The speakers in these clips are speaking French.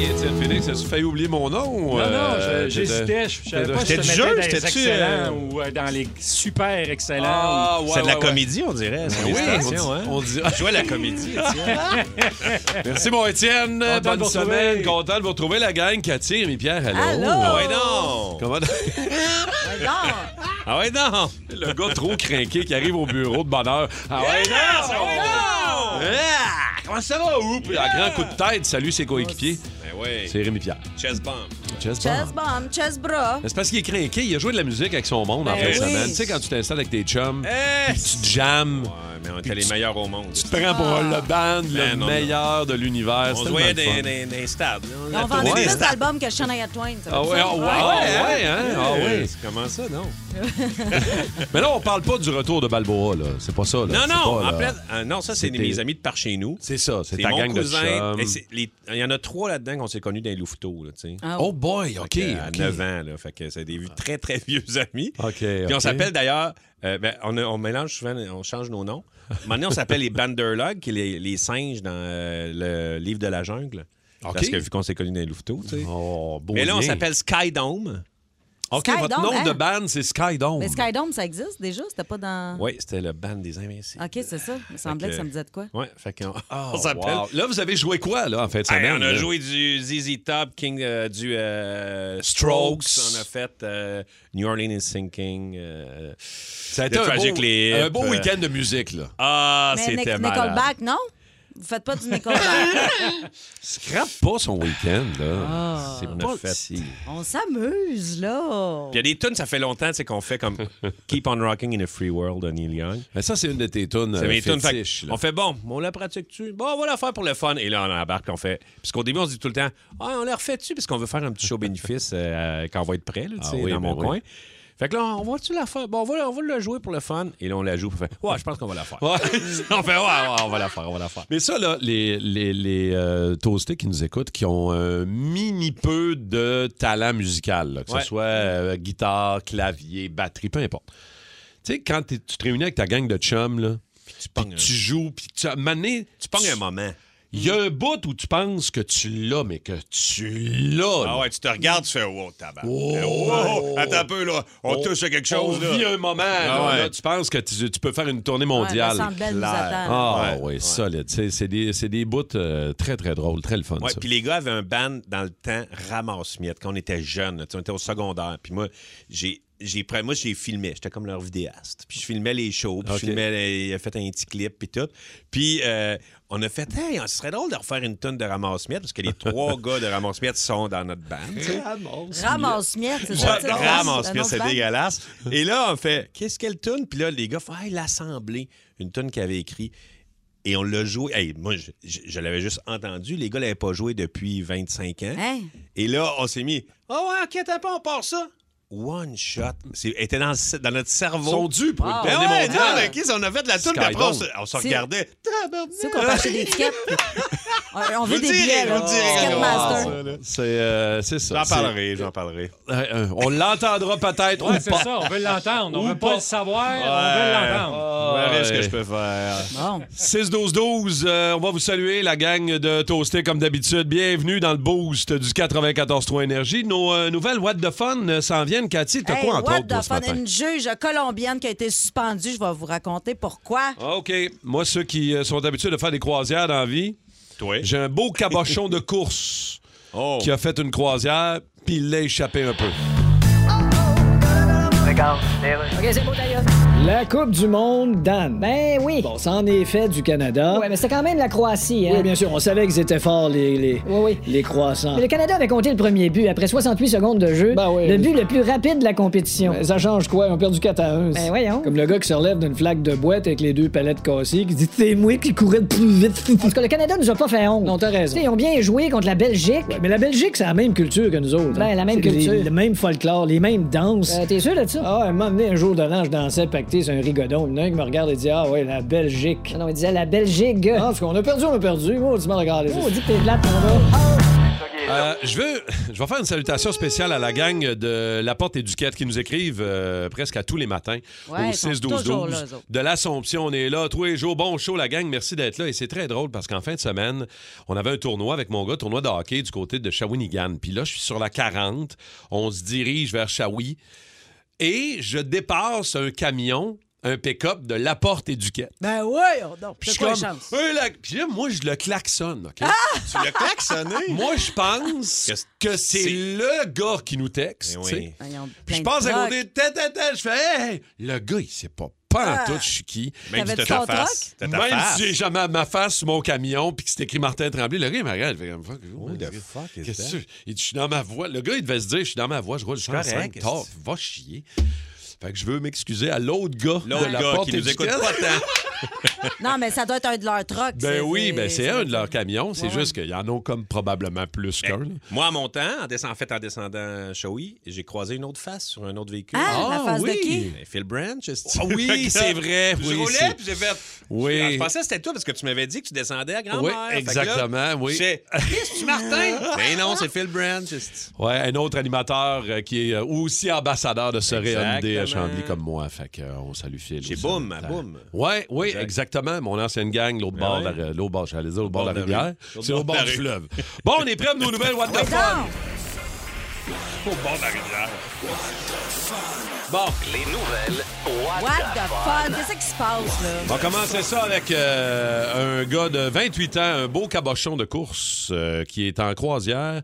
Et Étienne Félix, as-tu failli oublier mon nom? Non, non, euh, je- j'hésitais. Je je savais t'étais- pas si je t'étais te du jeu, mettais dans les t'étais-tu, excellents euh, ou euh, dans les super excellents. Ah, ouais, C'est de la ouais, ouais. comédie, on dirait. Oui, on dit- Félicitations, hein? on dit. Je vois la comédie, Étienne. Merci, mon Étienne. Content de Bonne vous semaine. retrouver. Content de vous retrouver, la gang. Cathy, Rémi Pierre, allô. Ah Allô? ouais, non! Comment... Non, Ah ouais, non! Le gars trop craqué qui arrive au bureau de bonne heure. Ah ouais, non! Ah, Comment ça va, Oup? Un grand coup de tête. Salut ses coéquipiers. Ben oui, C'est Rémi Pierre. chess bomb. Chess bomb. chess bomb, chess bra. Mais C'est parce qu'il est craqué. Il a joué de la musique avec son monde en Ben fin de Eh oui. semaine. Tu sais, quand tu t'installes avec tes chums, Eh! puis tu jammes. Ouais, mais on était les meilleurs au monde. Tu te prends pour le band le Ben non, meilleur de l'univers. On C'est se tellement voyait le fun. dans dans- dans les stades. Ils On ont a vendu tourné ouais. des plus stades. d'albums que Shania Twain. ça Ah veut ouais, dire. ah ouais, Ouais. ah ouais, hein, Euh, ah ouais. C'est Comment ça, non? Mais là, on parle pas du retour de Balboa, là. C'est pas ça, là. Non, C'est non, pas, en là. plein- ah, non, ça, c'est C'était- mes amis de par chez nous. C'est ça, c'est C'est ta mon gang cousin. de Et chums. c'est les- Il y en a trois là-dedans qu'on s'est connus dans les Louveteaux, là, tu sais. Ah Oh boy, OK. Fait que, à ok. Ah. 9 ans, là. Fait que c'est des très, très vieux amis. OK, Puis OK. on s'appelle d'ailleurs, euh, ben, on, a- on mélange souvent, on change nos noms. Maintenant, on s'appelle les Banderlogs, qui est les, les singes dans euh, le livre de la jungle. OK. Parce que vu qu'on s'est connus dans les Louveteaux, tu sais. Oh, beau Mais là, on lien. s'appelle Skydome. OK, Skydome, votre nom hein? de band, c'est Skydome. Mais Skydome, ça existe déjà? C'était pas dans. Oui, c'était le band des Invincibles. Ok, c'est ça. Il me semblait Fait que que- ça me disait de quoi? Ouais, fait qu'on Oh, on s'appelle. wow. Là, vous avez joué quoi, là, en fin de Hey, semaine? on a là? joué du ZZ Top, King, euh, du euh, Strokes. Strokes. On a fait euh, New Orleans is Sinking. euh, Ça a été The un Tragic beau, Leap, un beau euh, week-end de musique, là. Ah, Mais Nic- c'était malade. Nickelback, non? Vous faites pas du Nickelback. Scrape pas son week-end, là. Ah. C'est Ah, Pas bien fait. si. On s'amuse, là. Il y a des tunes, ça fait longtemps tu sais, qu'on fait comme Keep on Rocking in a Free World de Neil Young. Mais ça, c'est une de tes tunes C'est mes euh, tunes. Fait fétiches, que là. on fait bon, on la pratique-tu? Bon, on va la faire pour le fun. Et là, on embarque puis on fait. Parce qu'au début, on se dit tout le temps, ah, on la refait-tu? Parce qu'on veut faire un petit show bénéfice euh, quand on va être prêt, là, tu Ah sais, oui, dans ben mon oui. coin. Fait que là, on va-tu la faire? Bon, on va, on va la jouer pour le fun. Et là, on la joue. Puis on fait, ouais, je pense qu'on va la faire. Ouais. on fait, ouais, ouais, on va la faire, on va la faire. Mais ça, là, les, les, les euh, toastés qui nous écoutent, qui ont un mini peu de talent musical, là, que Ouais. ce soit euh, guitare, clavier, batterie, peu importe. Tu sais, quand t'es- tu te réunis avec ta gang de chums, là, Tu pognes un, tu tu, joues, puis tu, à un moment donné, pognes un moment. Il y a un bout où tu penses que tu l'as, mais que tu l'as. là. Ah ouais, tu te regardes, tu fais, wow, tabac. Oh! Eh, wow, attends un peu, là. On, touche à quelque chose, on là. vit un moment, Ah, là, Ah ouais. là, tu penses que tu, tu peux faire une tournée Ouais, mondiale. Vincent Bell nous clair. attend. Ah Ouais, oui, ouais. solide. C'est, c'est des, c'est des bouts euh, très, très drôles, très le fun. Ouais, ça. puis les gars avaient un band dans le temps ramasse-miettes quand on était jeunes, tu sais, on était au secondaire. Puis moi, j'ai j'ai pris- moi j'ai filmé, j'étais comme leur vidéaste. Puis je filmais les shows, puis Ok. je filmais les- il a fait un petit clip puis tout. Puis euh, on a fait hey, ce serait drôle de refaire une tonne de ramasse-miettes parce que les trois gars de ramasse-miettes sont dans notre band. tu sais. Ramasse-miettes, c'est ça? J'adore Ramasse-miettes, c'est dégueulasse. Et là on fait qu'est-ce qu'elle tune Puis là les gars font hey, l'assemblée, une tonne qu'ils avaient écrit et on l'a joué. Hey, moi, je, je- je l'avais juste entendu. Les gars l'avaient pas joué depuis 25 ans. Hein? Et là, on s'est mis. Oh, ouais, inquiète pas, on part ça. One shot. C'est- elle était dans, le- dans notre Ils sont cerveau. dus pour Ah, une Ben tournée ouais, mondiale. non, mais Chris, on a fait de la toune, puis après, on se, on se C'est- regardait. C'est qu'on peut acheter des tickets. On- On Vous veut des direz, billets, là. vous direz, Ticketmaster. on va voir C'est, euh, c'est ça. J'en C'est- parlerai, j'en parlerai. Euh, euh, on l'entendra peut-être Ouais, ou c'est pas. ça, on veut l'entendre. On Ou veut pas. pas le savoir, on veut l'entendre. Je verrai ce ouais. que je peux faire. Bon. 6-12-12, euh, on va vous saluer, la gang de Toasté, comme d'habitude. Bienvenue dans le boost du 94-3 Énergie. Nos euh, nouvelles What the Fun euh, s'en viennent. Cathy, t'as Hey, quoi entre what autres toi, the ce fun? matin? Une juge colombienne qui a été suspendue. Je vais vous raconter pourquoi. Ah, OK. Moi, ceux qui euh, sont habitués de faire des croisières dans la vie, Toi? j'ai un beau cabochon de course Oh. qui a fait une croisière, puis il l'a échappé un peu. La Coupe du Monde d'Anne. Ben oui. Bon, c'en est fait du Canada. Ouais, mais c'est quand même la Croatie, hein. Ah. Oui, bien sûr, on savait qu'ils étaient forts, les, les, Oui, oui. les croissants. Mais le Canada avait compté le premier but après 68 secondes de jeu. Ben oui. Ben, le but le plus rapide de la compétition. Mais ça change quoi? On perd du 4 à 1. Ben voyons. Comme le gars qui se relève d'une flaque de boîte avec les deux palettes cassées, qui dit C'est moi qui courais le plus vite. En tout cas, le Canada nous a pas fait honte. Non, t'as raison. T'sais, ils ont bien joué contre la Belgique. Ouais, mais la Belgique, c'est la même culture que nous autres. hein. Ben, la même C'est culture. les- le même folklore, les mêmes danses. Euh, T'es sûr de ça? Ah, elle m'a amené un jour de l'an, je dansais pacté sur un rigodon. Il y en a un qui me regarde et dit Ah, ouais, la Belgique. Non, non, il disait la Belgique. Ah, en tout cas, on a perdu, on a perdu. Oh, tu m'as regardé. Oh, on dit que t'es de la pour là. Euh, je veux, je vais faire une salutation spéciale à la gang de La Porte et Duquette qui nous écrivent euh, presque à tous les matins Ouais, au ils sont 6 12 toujours là, 12 eux autres. de l'Assomption. On est là tous les jours. Bon show la gang, merci d'être là et c'est très drôle parce qu'en fin de semaine, on avait un tournoi avec mon gars, tournoi de hockey du côté de Shawinigan. Puis là, je suis sur la 40, on se dirige vers Shawi et je dépasse un camion, un pick-up de La Porte et Duquette. Ben oui, oh non. Puis C'est je quoi suis la comme, chance? Ah! Hey, la- Puis là, moi, je le klaxonne, OK? Tu l'as klaxonné? Moi, je pense que c'est c'est- le gars qui nous texte. Eh tu sais. oui. Ben, ils ont plein Puis je de pense à trucks. côté, tête, tête, tête. Je fais, hey, le gars, il sait pas, Ah! pas en tout, je suis qui. Même T'avais si t'as du ta contrôle? face. T'as ta Même face. si j'ai jamais à ma face sur mon camion, puis que c'est écrit Martin Tremblay, le gars, il me regarde. Il fait comme, fuck, Who the fuck is Qu'est-ce that? que tu- il dit, je suis dans ma voie. Le gars, il devait se dire, je suis dans ma voie, je roule correct, 105 qu'est-ce tard, va chier. Fait que je veux m'excuser à l'autre gars de L'autre la gars porte qui nous écoute éducative. pas tant. Non, mais ça doit être un de leurs trucks. Ben oui, ben c'est un de leurs camions. C'est Ouais, juste qu'il y en a comme probablement plus Ben, qu'un. là. Moi, en montant, en, descend- en fait, en descendant Showy, j'ai croisé une autre face sur un autre véhicule. Ah, la Ah, face oui. de qui? Ben, Phil Branch, Ah oui, c'est vrai, Je oui, c'est- roulais, puis j'ai fait. Oui. Ah, Je pensais que c'était toi, parce que tu m'avais dit que tu descendais à grand-mère. Oui, Fait que là, exactement, oui. Ben j'ai- Qu'est-ce que tu Martin? Mais non, c'est Phil Branch. esti. Ouais, un autre animateur euh, qui est euh, aussi ambassadeur de Soré Hyundai à Exactement. Chambly comme moi. Fait que, euh, on salue Phil. Chez euh, aussi. Boom, à Ouais. Boom. Ouais, oui, Exact. Ben exactement. Mon ancienne gang, l'autre Ouais. bord, de la- euh, l'autre bord, j'allais dire, l'autre bord de la bord de la rivière. rue. C'est l'autre bord du L'autre fleuve. Bon, on est prêts pour nos nouvelles What the Fun. Non! Les nouvelles. What, What the the fuck? Qu'est-ce qui se passe, là? On va commencer ça avec euh, un gars de 28 ans, un beau cabochon de course euh, qui est en croisière.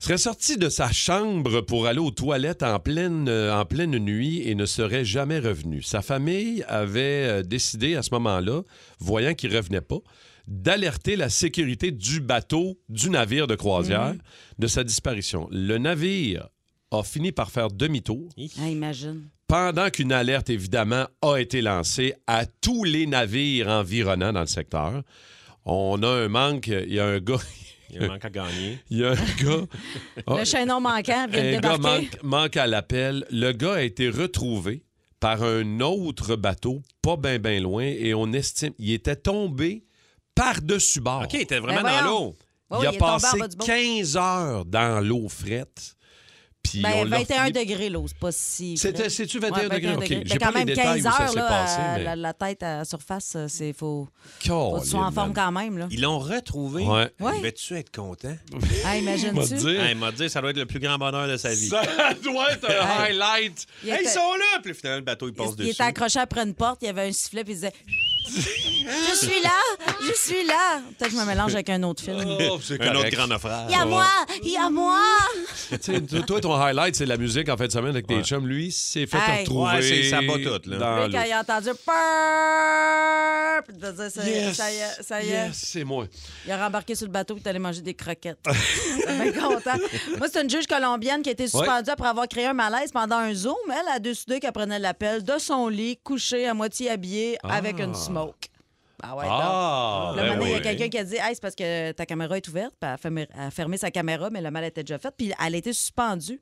serait sorti de sa chambre pour aller aux toilettes en pleine, euh, en pleine nuit et ne serait jamais revenu. Sa famille avait euh, décidé à ce moment-là, voyant qu'il revenait pas, d'alerter la sécurité du bateau, du navire de croisière, de sa disparition. Le navire a fini par faire demi-tour Ah, imagine. pendant qu'une alerte, évidemment, a été lancée à tous les navires environnants dans le secteur, on a un manque. Il y a un gars. Il manque à gagner. Il y a un gars. Ah, Le chaînon manquant vient de un gars débarquer. manque, manque à l'appel. Le gars a été retrouvé par un autre bateau, pas bien, bien loin, et on estime. Il était tombé par-dessus bord. OK, il était vraiment Ben dans voyons. l'eau. Ouais, il ouais, a est tombé en passé bas du bord. 15 heures dans l'eau frette. Puis on Ben, l'a 21 fini- degrés, l'eau, c'est pas si. frais. C'était- C'est-tu 21 Ouais, degrés? OK. Mais J'ai quand pas les même détails 15 où ça heures, s'est là, passé. à- mais- la, la tête à surface, euh, c'est faut, faut que tu sois Colin, en forme man. quand même. Là. Ils l'ont retrouvé. Ouais. Ouais. Devais-tu être content? Ah, Va imagine-tu? te Ah, dire. il m'a dit, ça doit être le plus grand bonheur de sa vie. Ça doit être un highlight. Il Hey, était- ils sont là! Puis finalement, le bateau, il passe il- il dessus. était accroché après une porte, il y avait un sifflet, puis il disait Je suis là, je suis là. Peut-être que je me mélange avec un autre film. Oh, Un autre grand naufrage. Il y a moi, il y a moi. Toi, ton highlight, c'est la musique en fin de semaine avec tes chums. Lui, c'est fait Hey. retrouver. Ouais, c'est- ça bat tout, là. dans Lui, quand l'eau. il a entendu Purr, puis de dire, ça, y est, Yes. ça y est, ça y est. Yes, c'est moi. Il a rembarqué sur le bateau et est allé manger des croquettes. Bien content. Moi, c'est une juge colombienne qui a été suspendue après avoir créé un malaise pendant un Zoom. Elle a décidé qu'elle prenait l'appel de son lit, couchée, à moitié habillée, avec une smoke. Ah ouais, donc. Ah, Le ben moment, il y a oui. quelqu'un qui a dit Hey, c'est parce que ta caméra est ouverte. Puis elle a fermé- elle a fermé sa caméra, mais le mal était déjà fait. Puis elle a été suspendue.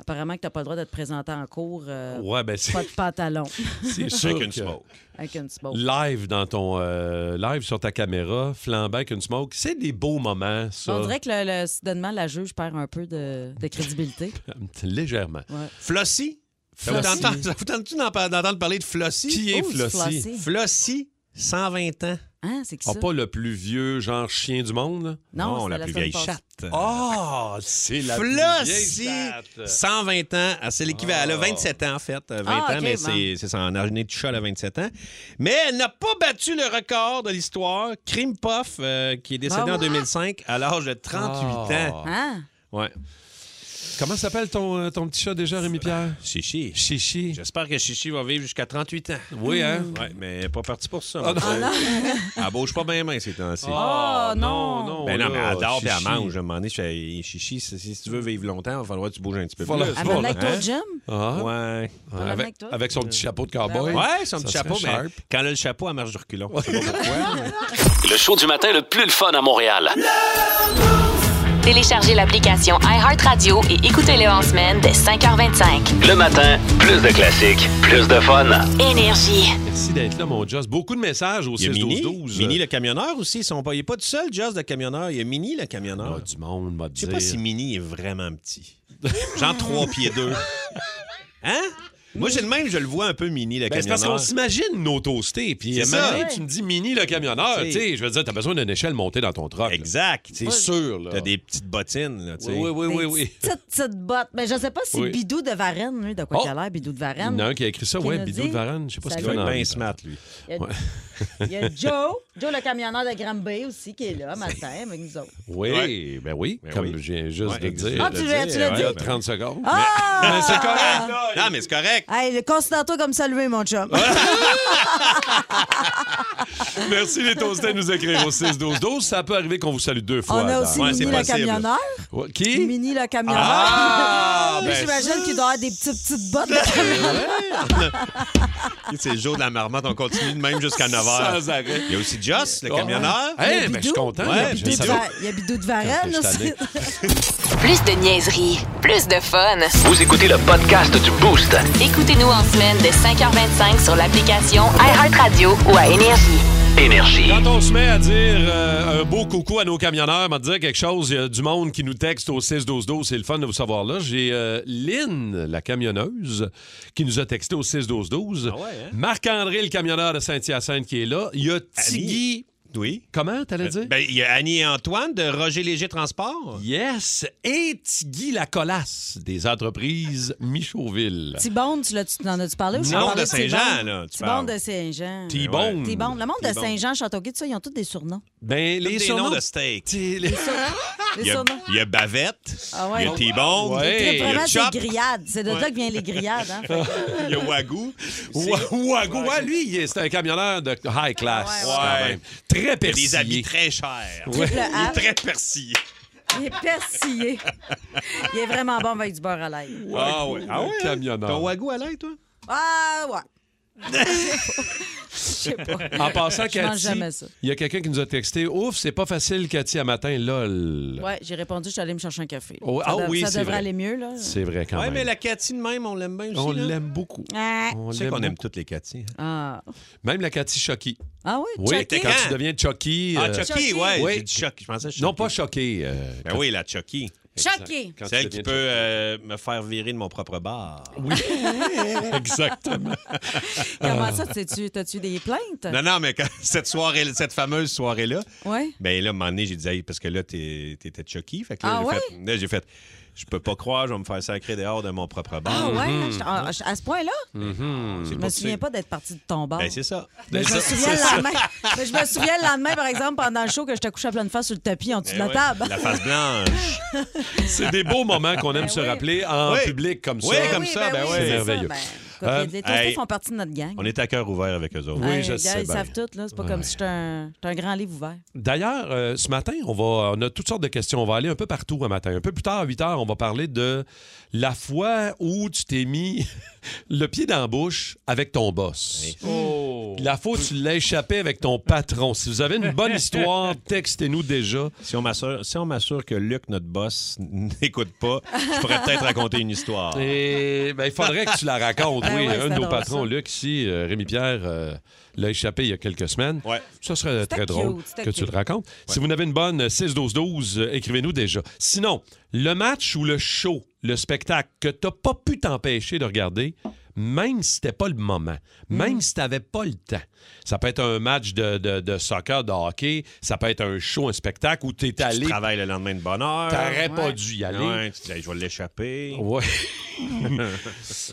Apparemment que tu n'as pas le droit d'être présenté en cours. euh, Ouais, ben c'est Pas de pantalon. c'est sûr Avec une que smoke. avec une smoke. Live dans ton euh, live sur ta caméra, flambant avec une smoke, c'est des beaux moments, ça. On dirait que le, le- soudainement, la juge perd un peu de, de crédibilité. Légèrement. Flossie? Ça vous Flossie. tente- ça vous tente-tu d'en par- d'entendre parler de Flossie? Qui est Oh, du Flossie? Flossie. Flossie, 120 ans. Hein, c'est qui Ah, ça? pas le plus vieux genre chien du monde? là? Non, c'est la la plus semaine vieille passée. chatte. Ah, c'est la plus Flossie, vieille chatte. 120 ans. Ah, C'est l'équivalent. Elle a 27 ans, en fait. euh, 20 Ah, ans, ok, mais bon. c'est- c'est son année de chat, elle a 27 ans. Mais elle n'a pas battu le record de l'histoire. Krim Puff, euh, qui est décédé Bon. en 2005 à l'âge de 38 Ah. ans. Bah, Hein? Ouais. Comment s'appelle ton, euh, ton petit chat déjà, Rémi-Pierre? Chichi. Chichi. J'espère que Chichi va vivre jusqu'à 38 ans. Oui, hein? Ouais, mais elle est pas partie pour ça. Ah, mon frère. elle bouge pas bien, bien ces temps-ci. Oh, non. Ben non, mais elle adore puis elle Chichi. mange. À un moment donné, je fais, Hey, chichi, si, si tu veux vivre longtemps, il va falloir que tu bouges un petit peu Voilà. plus. Ah, Elle bon, m'amène avec toi hein? au gym? Ah, Ouais. ouais, avec avec, toi. avec son petit chapeau de cowboy. Ben Ouais, son Ça petit serait chapeau, mais sharp. quand elle a le chapeau, elle marche du reculon. Le show du matin le plus le fun à Montréal. Téléchargez l'application iHeartRadio et écoutez-le en semaine dès 5h25. Le matin, plus de classiques, plus de fun. Énergie. Merci d'être là, mon Just. Beaucoup de messages au Il y a Mini, 6-12-12. Mini le camionneur aussi. Ils sont pas- Il n'est pas tout seul, Just, le camionneur. Il y a Mini le Ah, camionneur. du monde, va te Je sais dire. pas si Mini est vraiment petit. Genre 3 pieds 2. Hein? Moi, j'ai le même, je le vois un peu Mini le Ben, c'est parce qu'on camionneur. s'imagine nos toastés. Puis C'est à un moment ça. donné, tu me dis mini le camionneur. Tu sais. Tu sais, je veux dire, t'as besoin d'une échelle montée dans ton truck. là. Exact. C'est sûr, là. T'as des petites bottines, là, tu sais. Oui, oui, oui, oui. oui. Petite, petite botte. Mais je sais pas si Oui. Bidou de Varenne, lui, de quoi Oh! qu'il a l'air, Bidou de Il y en Varenne. a un qui a écrit ça, Qui ouais, nous bidou dit- de varane. Je sais pas ce Salut. Il qu'il fait doit dans être la bien vie. Ben smart, lui. Il y a, il y a Joe, Joe le camionneur de Granby aussi, qui est là matin avec nous autres. Oui, Ouais. ben oui, Ben comme oui. je viens juste Ouais, de exact. dire. Ah, tu Le l'as- dire, tu l'as il dit? y a 30 secondes. Ah! Mais c'est correct. Non, mais c'est correct. Hey, considère-toi comme salué, mon chum. Merci les toastés de nous écrire au 6-12-12. Ça peut arriver qu'on vous salue deux fois. On a dans- aussi Ouais, c'est Mini le possible. camionneur. Ouais, Qui? Mini le camionneur. Ah, Lui, ben J'imagine qu'il doit avoir des petites, petites bottes de camionneur. C'est le jour de la marmotte, on continue de même jusqu'à 9 h. Sans arrêt. Il y a aussi Joss, le Oh. camionneur. Hey, ben, Bidou. je suis content. Ouais, Il y a Je Bidou de savais- Va- il y a Bidou de Varenne Quand je suis aussi. Plus de niaiserie, plus de fun. Vous écoutez le podcast du Boost. Écoutez-nous en semaine dès 5h25 sur l'application iHeartRadio ou à Énergie. Énergie. Quand on se met à dire euh, un beau coucou à nos camionneurs, m'a dire quelque chose, il y a du monde qui nous texte au 6 12 12, c'est le fun de vous savoir là. J'ai euh, Lynn, la camionneuse, qui nous a texté au 6 12 12. Ah ouais, hein? Marc-André, le camionneur de Saint-Hyacinthe qui est là. Il y a Tiggy. Oui. Comment t'allais dire? Ben, il y a Annie et Antoine de Roger Léger Transport. Yes, et Tiggy la colasse des entreprises Michaudville. Thibonde, tu l'as- tu t'en as-tu parlé? ou tu Non, t'en parlais de Saint-Jean, Thibonde? là, tu Thibonde parles. de Saint-Jean. T-Bone. Thibonde. Le monde de Thibonde. Saint-Jean, Châteauguay, tout ça, ils ont tous des surnoms. Ben, Les les des surnoms noms de steak. T- Des Il y a, surnoms. il y a Bavette, Ah ouais. il y a T-Bone, Ouais. Très il y probablement, a c'est Chop, grillades. C'est de là que viennent les grillades. Hein? Fait que- il y a Wagou. Wa- Wago, ouais, lui, il est- c'est un camionneur de high class, Ouais, ouais. quand même. Très Il y a des persillé. habits très chers. Triple Il est A. très persillé. Il est persillé. Il est vraiment bon avec du beurre à l'ail. Ah ouais. Ah hein? ouais. Camionneur. Ton Wagou à l'air, toi? Ah, ouais. Je sais pas. En passant, Je mange Cathy, jamais ça. il y a quelqu'un qui nous a texté Ouf, c'est pas facile, Cathy, à matin, lol. Ouais, j'ai répondu, je suis allée me chercher un café. Oh, Ça ah dev- oui, Ça c'est devrait vrai. aller mieux, là. C'est vrai quand Ouais, même. mais la Cathy de même, on l'aime bien aussi. On là. l'aime beaucoup. Ah. On Tu sais l'aime qu'on aime beaucoup. toutes les Cathy. hein? Ah, Même la Cathy Chucky. ah oui, Oui, Chucky? quand Hein? tu deviens Chucky. Ah, euh, Chucky, Chucky. ouais. Oui. J'ai dit Chucky. Je pensais à Chucky. Non, pas Chucky. euh, Ben oui, la Chucky. Chucky! quand tu Celle qui deviens peut euh, me faire virer de mon propre bar. Chucky. Exactement. Comment ça, tu sais-tu- t'as-tu des plaintes? Non, non, mais quand- cette soirée, cette fameuse soirée-là, Oui. ben là, à un moment donné, j'ai dit, Hey, parce que là, t'es- t'étais Chucky. Fait que là, Ah j'ai ouais? fait, là, j'ai fait, je peux pas croire, je vais me faire sacrer dehors de mon propre Ah bar. Mhm. ouais, hum, Je- ah, je- à ce point-là, C'est Mhm. je pas me souviens possible. pas d'être partie de ton bar. Ben, c'est ça. Mais je, me souviens le lendemain, mais je me souviens le lendemain, par exemple, pendant le show, que je te couchais à pleine face sur le tapis en dessous de Ben la ouais. table. La face blanche. C'est des beaux moments qu'on aime se Ben oui. rappeler en Oui. public comme ça. Oui, comme ça, ben ouais. C'est ça. merveilleux. Ben, écoute, Euh, les- les toastés hey. font partie de notre gang. On est à cœur ouvert avec eux autres. Oui, Hey, je gars, sais ben, Ils bien. savent tout, là. C'est pas comme si j'étais un, j'étais un grand livre ouvert. D'ailleurs, euh, ce matin, on, va, on a toutes sortes de questions. On va aller un peu partout un matin. Un peu plus tard, à 8 heures, on va parler de la fois où tu t'es mis le pied dans la bouche avec ton boss. Oh. La fois où tu l'as échappé avec ton patron. Si vous avez une bonne histoire, textez-nous déjà. Si on m'assure, si on m'assure que Luc, notre boss, n'écoute pas, je pourrais peut-être raconter une histoire. Et ben, il faudrait que tu la racontes. Ben oui, ouais, un de c'est nos drôle, patrons, ça. Luc, ici, euh, Rémi Pierre, euh, l'a échappé il y a quelques semaines. Ouais. Ça serait très cute, drôle c'était que tu cute. le racontes. Si vous n'avez une bonne euh, 6-12-12, euh, écrivez-nous déjà. Sinon, le match ou le show, le spectacle que tu pas pu t'empêcher de regarder, même si c'était pas le moment, Mm. même si tu n'avais pas le temps. Ça peut être un match de, de- de soccer, de hockey, ça peut être un show, un spectacle où tu es Tu allé, travailles le lendemain de bonne heure. t'aurais pas dû y aller. Ouais, tu dis, Hey, je vais l'échapper. Ouais.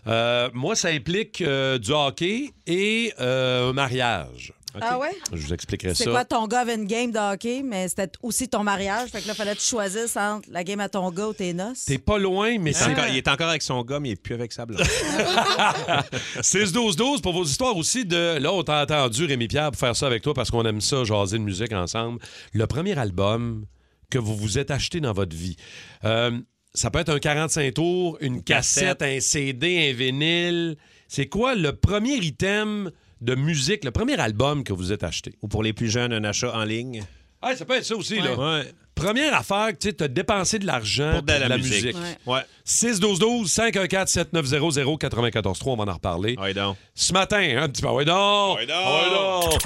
Euh, moi, ça implique euh, du hockey et euh, un mariage. Ah ouais? Je vous expliquerai C'est ça. quoi, ton gars avait une game de hockey, mais c'était aussi ton mariage. Fait que là, fallait que tu choisisses entre la game à ton gars ou tes noces. T'es pas loin, mais Il est, c'est encore, il est encore avec son gars, mais il n'est plus avec sa blonde. 6-12-12 pour vos histoires aussi de. Là, on t'a entendu, Rémi Pierre, pour faire ça avec toi parce qu'on aime ça, jaser de musique ensemble. Le premier album que vous vous êtes acheté dans votre vie. Euh, ça peut être un 45 tours, une cassette, un CD, un vinyle. C'est quoi le premier item de musique, le premier album que vous êtes acheté? Ou pour les plus jeunes, un achat en ligne. Ah, ça peut être ça aussi, là. Ouais. Première affaire, tu sais, t'as dépensé de l'argent Pour de la musique. Ouais. 612-12-514-7900-943, on va en reparler. Ouais, donc. Ce matin, un petit peu. Ah Ouais, donc! Ouais, donc! Ah ouais, donc!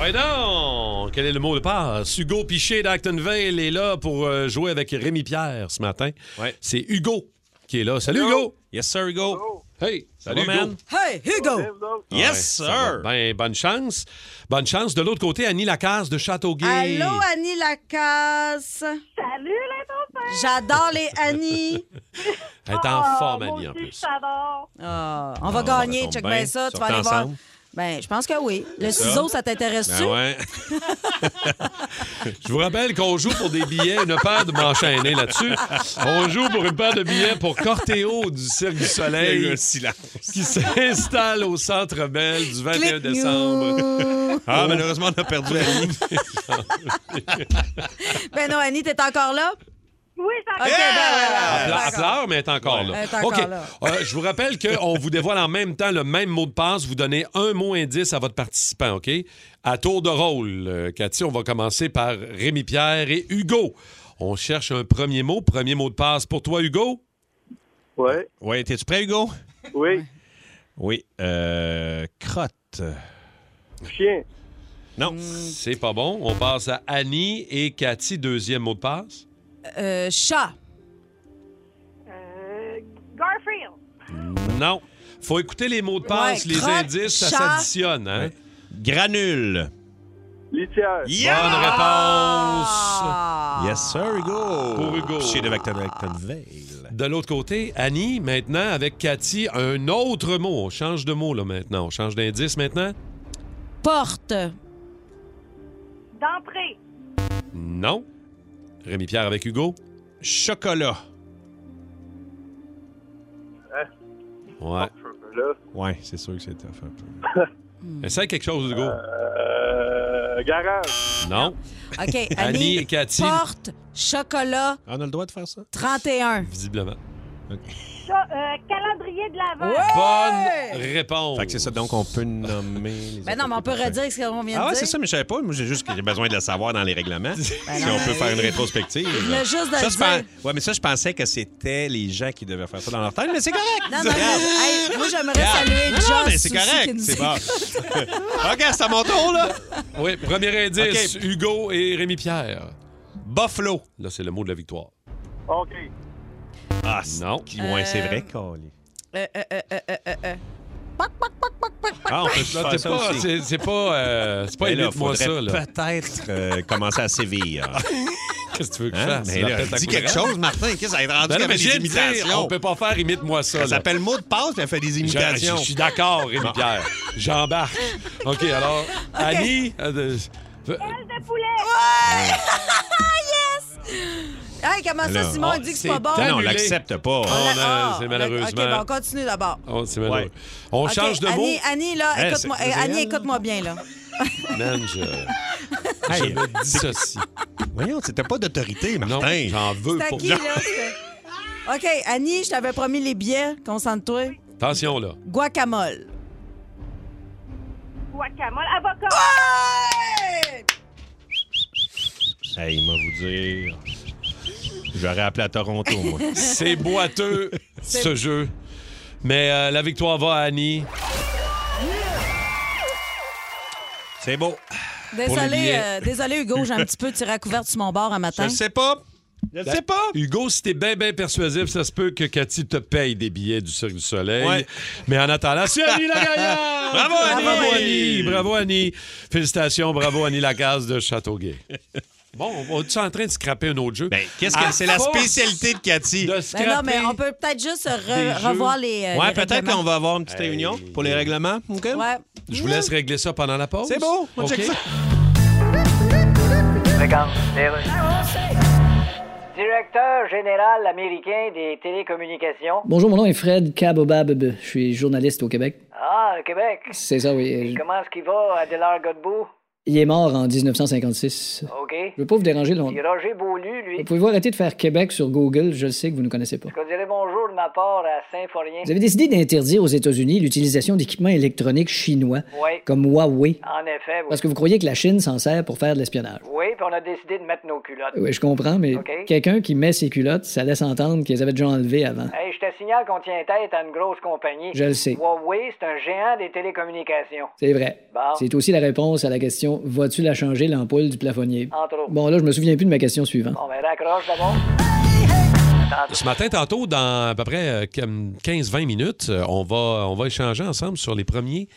Ouais, donc! Quel est le mot de passe? Hugo Piché d'Actonville est là pour euh, jouer avec Rémi Pierre ce matin. Ouais. C'est Hugo qui est là. Salut Hugo! Yes, sir, Hugo. Hey! Ça va, Hugo. man? Hey, Hugo! Yes, Ouais, ça sir. va. Ben, bonne chance. Bonne chance. De l'autre côté, Annie Lacasse de Châteauguay. Allô, Annie Lacasse! Salut les enfants! J'adore les Annie! Elle est en Ah, forme, moi Annie, en aussi, plus. J'adore. Ah, on va Ah, ça gagner, tombe check bien. bien ça. Tu Sortez vas aller voir. ensemble. Ben, je pense que oui. Le ciseau, ça t'intéresse-tu? Ben ouais. Je vous rappelle qu'on joue pour des billets, ne pas de m'enchaîner là-dessus. On joue pour une paire de billets pour Cortéo du Cirque Il du y a eu Soleil un silence. qui s'installe au Centre Bell du 21 Click décembre. nous. Ah, malheureusement, on a perdu la ligne. ben non, Annie, t'es encore là? Oui, j'adore. OK, Elle ben, pleure- elle ben, ben, pleure, mais elle est encore là. Elle est encore OK. là. Euh, je vous rappelle qu'on vous dévoile en même temps le même mot de passe. Vous donnez un mot indice à votre participant, OK? À tour de rôle, euh, Cathy, on va commencer par Rémi Pierre et Hugo. On cherche un premier mot. Premier mot de passe pour toi, Hugo? Ouais, Ouais, t'es-tu prêt, Hugo? oui, Oui. Euh, crotte. chien, Hmm. Non. C'est pas bon. On passe à Annie et Cathy. Deuxième mot de passe. euh, chat. Euh, Garfield. Non. Faut écouter les mots de passe, Ouais, les crotte, indices, ça chat. s'additionne. Hein? Granule. litière, Bonne Yeah! réponse. Ah. Yes, sir, Hugo. Pour Hugo. Chez Oh. de Vacton- Vactonville. De l'autre côté, Annie, maintenant, avec Cathy, un autre mot. On change de mot, là, maintenant. On change d'indice, maintenant. Porte. D'entrée. Non. Rémi-Pierre avec Hugo. Chocolat. Hein? Ouais. là, Ouais, c'est sûr que c'est tough un peu. Essaye quelque chose, Hugo. euh, garage, Non. OK, Annie. Annie et Cathy, Porte, chocolat, On a le droit de Ah, faire ça? 31. visiblement. Ça, euh, calendrier de l'avant. Bonne réponse. Fait que c'est ça, donc on peut nommer. les Ben non, mais on peut affaires. redire ce qu'on vient de Ah ouais, dire. Ben c'est ça, mais je savais pas. Moi, j'ai juste que j'ai besoin de le savoir dans les règlements. si non, on peut mais- faire une rétrospective. venait juste de ça, le je pens- dire. Ouais, mais ça, je pensais que c'était les gens qui devaient faire ça dans leur tête, mais c'est correct. Non, non, non. Hey, moi, j'aimerais saluer Non, Joss. non, mais c'est aussi, qui correct. nous C'est écoute. bon. OK, c'est à mon tour, là. Oui, premier indice, OK. Hugo et Rémi-Pierre. Buffalo. Là, c'est le mot de la victoire. OK, Ah, Non. Ouais, c'est Euh, vrai, Colin. Euh, euh, euh, euh, euh, euh, euh. Pac, pac, pac, pac, pac, pac. Ah, on peut se Là, faire t'es ça pas- aussi. C'est c'est pas, euh, c'est pas Ben là, moi ça. faudrait Là. peut-être euh, commencer à sévir. Qu'est-ce que tu veux que je Hein? fasse? Mais La là, tête à dis courant? quelque chose, Martin. Qu'est-ce que ça va être rendu Ben Non, non, mais avec je des viens de dire, imitations? on peut pas faire imite-moi ça. Ça là. s'appelle mot de passe, mais elle fait des Je- imitations. Je, suis d'accord, Rémi Pierre. J'embarque. OK, alors, Annie. euh, euh, De poulet. Hey, comment Ah, ça, Alors, Simon, oh, il dit que c'est Ah, c'est pas bon? Non, non, on annulé. l'accepte pas. On a- Ah, c'est on a- malheureusement. OK, bon, on continue d'abord. on c'est malheureux. Ouais. On OK, change de mot. Annie, Annie, là, Hey, écoute-moi, Hein, c'est- eh, c'est Annie, elle, là. écoute-moi bien, là. Man, je, je Hey, me dissocie. Voyons, c'était pas d'autorité, Non, Martin. j'en veux C'est à pour... qui, là? c'est- OK, Annie, je t'avais promis les billets. Concentre-toi. Attention, là. Guacamole. Guacamole. Avocat. Hey! Hey, il m'a vous dire. J'aurais appelé à Toronto, moi. Oh, C'est boiteux, ce jeu. Mais euh, la victoire va à Annie. C'est beau. Pour les Désolé, billets. euh, désolé, Hugo, j'ai un petit peu tiré à couvert sur mon bord un Je matin. le sais pas. Je le sais pas. Hugo, si t'es bien, bien persuasif, ça se peut que Cathy te paye des billets du Cirque du Soleil. Ouais. Mais en attendant, c'est Annie la gagnante! Bravo, Annie! Bravo, Annie! Bravo, Annie! Félicitations, bravo, Annie Lacasse de Châteauguay. Bon, on est en train de scraper un autre jeu? Ben, qu'est-ce que À c'est la force spécialité de Cathy? De Ben scraper... non, mais on peut peut-être juste re- jeux. revoir les. euh, ouais, les peut-être règlements. qu'on va avoir une petite réunion pour les règlements. OK? Ouais. Je vous laisse régler ça pendant la pause. C'est beau. On check OK. ça. Directeur général américain des télécommunications. Bonjour, mon nom est Fred Kabobab. Je suis journaliste au Québec. Ah, le Québec. C'est ça, oui. Comment est-ce qu'il va, Adélard Godbout? Il est mort en 1956. OK. Je veux pas vous déranger longtemps. Puis Roger Beaulieu, Vous lui, pouvez arrêter de faire Québec sur Google, je le sais que vous ne connaissez pas. je dirais bonjour de ma part à Saint-Forien. Vous avez décidé d'interdire aux États-Unis l'utilisation d'équipements électroniques chinois Ouais. comme Huawei En effet, oui. parce que vous croyez que la Chine s'en sert pour faire de l'espionnage. Oui, puis on a décidé de mettre nos culottes. Oui, je comprends, mais OK. quelqu'un qui met ses culottes, ça laisse entendre qu'ils avaient déjà enlevé avant. Hey, je te signale qu'on tient tête à une grosse compagnie. Je le sais. Huawei, c'est un géant des télécommunications. C'est vrai. Bon. C'est aussi la réponse à la question Vas-tu la changer l'ampoule du plafonnier Entre autres. Bon, là, je me souviens plus de ma question suivante. Bon, ben raccroche d'abord. Ce matin, tantôt, dans à peu près euh, comme 15-20 minutes, euh, on va, on va échanger ensemble sur les premiers,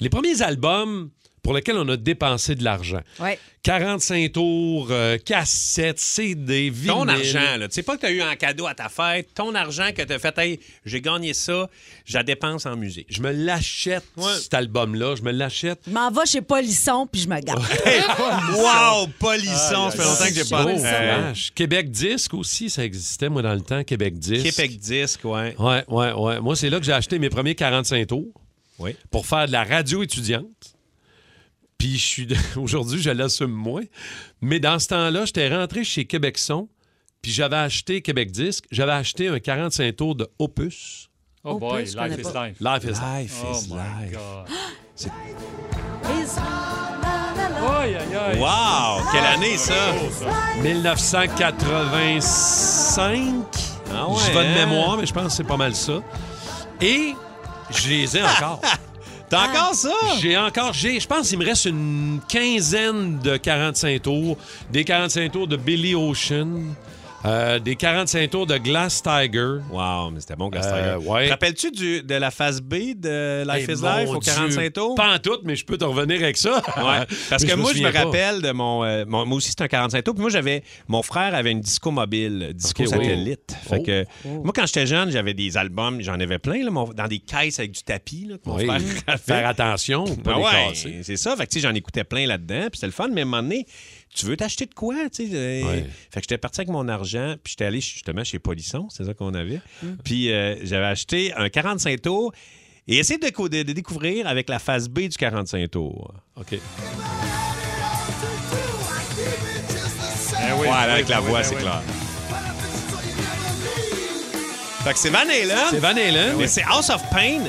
les premiers albums pour lesquels on a dépensé de l'argent. Ouais. 45 tours, euh, cassettes, CD, vinyle. Ton argent, là. Tu sais pas que t'as eu en cadeau à ta fête, ton argent que t'as fait, hey, j'ai gagné ça, je la dépense en musique. Je me l'achète, cet album-là. Je me l'achète. Je m'en vais chez Polisson, puis je me garde. wow, Polisson, ça fait longtemps que j'ai pas Gros Euh, flash. Québec Disque aussi, ça existait, moi, dans le temps. Québec Disque. Québec Disque, ouais. Ouais, ouais, ouais. Moi, c'est là que j'ai acheté mes premiers 45 tours Oui. pour faire de la radio étudiante. Puis je suis aujourd'hui, je l'assume moins. Mais dans ce temps-là, j'étais rentré chez Québec Son, puis j'avais acheté Québec Disque, j'avais acheté un 45 tours de Opus. Oh boy, life is life. Life is life. Oh my God. aïe, Aïe, aïe. Oh, Wow, quelle année, Ah, ça? 1985. Ah ouais, je vais de hein? mémoire, mais je pense que c'est pas mal ça. Et je les ai encore. T'as Ah. encore ça? J'ai encore, j'ai, je pense qu'il me reste une quinzaine de 45 tours. Des 45 tours de Billy Ocean, euh, des 45 tours de Glass Tiger. Wow, mais c'était bon, Gaston. Euh, Te ouais. rappelles-tu du- de la phase B de Life Eh, is mon Life au Dieu. 45 tours? Pas en tout, mais je peux te revenir avec ça. Ouais, parce Mais que moi, je me souviens pas. rappelle de mon, euh, mon- Moi aussi, c'est un 45 tours. Puis moi, j'avais. Mon frère avait une disco mobile, euh, disco Ok, oui. satellite. Fait Oh. que. Moi, quand j'étais jeune, j'avais des albums, j'en avais plein, là, mon- dans des caisses avec du tapis, là, que mon Oui. frère avait. Faire attention, pour pas Ah les ouais, casser. c'est ça. Fait que, tu sais, j'en écoutais plein là-dedans. Puis c'était le fun, mais à un moment donné, tu veux t'acheter de quoi, tu sais? euh, Ouais. Fait que j'étais parti avec mon argent, puis j'étais allé justement chez Polisson, c'est ça qu'on avait. Puis euh, j'avais acheté un 45 tours et essayé de, déco- de- de découvrir avec la phase B du 45 tours. OK. Eh oui, ouais, Ah. oui, avec la oui, voix, oui, c'est oui. clair. Fait que c'est Van Halen. C'est hein? Van Halen. Mais c'est House of Pain.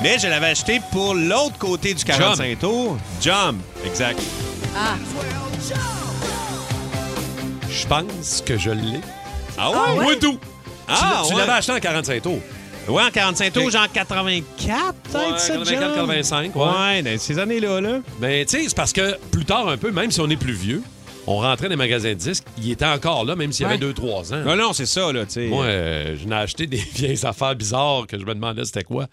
Mais je l'avais acheté pour l'autre côté du 45 tours. Jump. Exact. Je pense que je l'ai. Ah ouais? Moi, tout. Ah, tu tu ouais. l'avais acheté en 45 tours. Ouais, en 45 tours, genre 84, peut-être, Ouais, ça, 84, Jump? 85, ouais. Ouais, dans ces années-là, là. Ben, tu sais, c'est parce que plus tard un peu, même si on est plus vieux, on rentrait dans les magasins de disques, il était encore là, même s'il y avait 2-3 ans. Non, non, c'est ça, là, tu sais. Moi, euh, je n'ai acheté des vieilles affaires bizarres que je me demandais c'était quoi.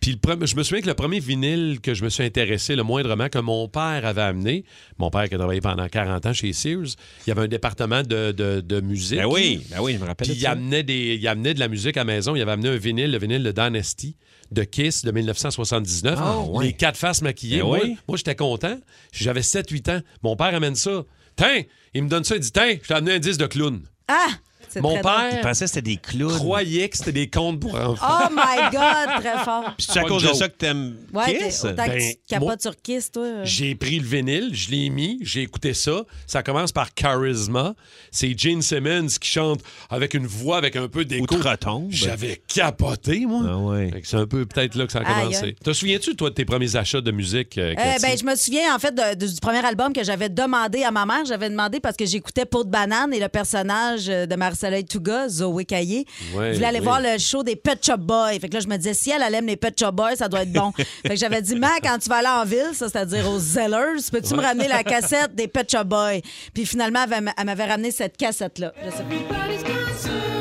Puis le premier- je me souviens que le premier vinyle que je me suis intéressé le moindrement que mon père avait amené, mon père qui a travaillé pendant 40 ans chez Sears, il y avait un département de, de- de musique. Ben oui, ben oui, je me rappelle Puis de il ça. amenait, des, il amenait de la musique à la maison. Il avait amené un vinyle, le vinyle de Dynasty, de Kiss, de 1979. Ah, ouais. Les quatre faces maquillées. Ben moi, oui. moi, j'étais content. J'avais 7-8 ans. Mon père amène ça. Tiens, il me donne ça. Il dit Tiens, je t'ai amené un disque de clown. Ah! C'est Mon très drôle. Je père pensais que c'était des clowns. croyait que c'était des contes pour enfants. Oh my God, très fort. Puis c'est à Pas cause de de joke. ça que t'aimes Ouais, t'es- Kiss? autant que Ben, tu capotes moi- sur Kiss, toi. euh. J'ai pris le vinyle, je l'ai mis, j'ai écouté ça. Ça commence par Charisma. C'est Gene Simmons qui chante avec une voix, avec un peu Ou d'écho. te retombe? J'avais capoté, moi. Ah ouais. Fait que C'est un peu peut-être là que ça a Aïe, commencé. aïe. Te souviens-tu, toi, de tes premiers achats de musique? euh, Euh, Cathy? ben, je me souviens, en fait, de- de- du premier album que j'avais demandé à ma mère. J'avais demandé parce que j'écoutais Peau de banane et le personnage euh, de Marcella Touga, Zoé Caillé. Ouais, je voulais aller oui. voir le show des Pet Shop Boys. Fait que là, je me disais, si elle, elle aime les Pet Shop Boys, ça doit être bon. fait que j'avais dit, ma, quand tu vas aller en ville, ça, c'est-à-dire aux Zellers, peux-tu me ramener la cassette des Pet Shop Boys? Puis finalement, elle m'a- elle m'avait ramené cette cassette-là. Je sais pas. Ah.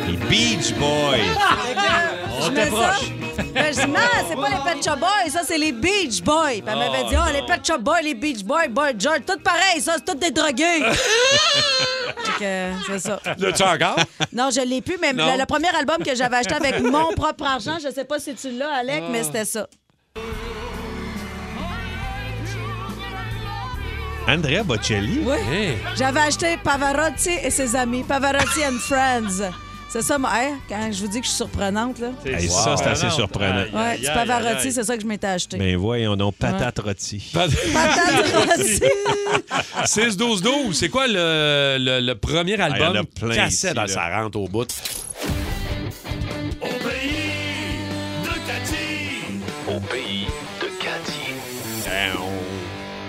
Les Beach Boys. Oh, Je mets ça. Ben, je dis, non, c'est pas les Pet Shop Boys, ça, c'est les Beach Boys. Puis elle m'avait dit, oh, les Pet Shop Boys, les Beach Boys, Boy George, tout pareil, ça, c'est tous des drogués. Fait que, c'est ça. L'as-tu encore? Non, je l'ai plus, mais Non. le, le premier album que j'avais acheté avec mon propre argent, je sais pas si tu l'as, Alec, mais c'était ça. Andrea Bocelli? Oui. Hey. J'avais acheté Pavarotti et ses amis, Pavarotti and Friends. C'est ça, moi, hey, quand je vous dis que je suis surprenante, là. C'est Hey, ça, c'est assez surprenant. surprenant. Ouais, du pavarotti, c'est ça que je m'étais acheté. Mais voyons donc, patate rôtie. ben, Pavarotti. 6-12-12, c'est quoi le, le- le premier Ah, y en a album plein cassette? ici, Ah, là. ça rentre au bout. Au pays de Cathy. Au pays de Cathy.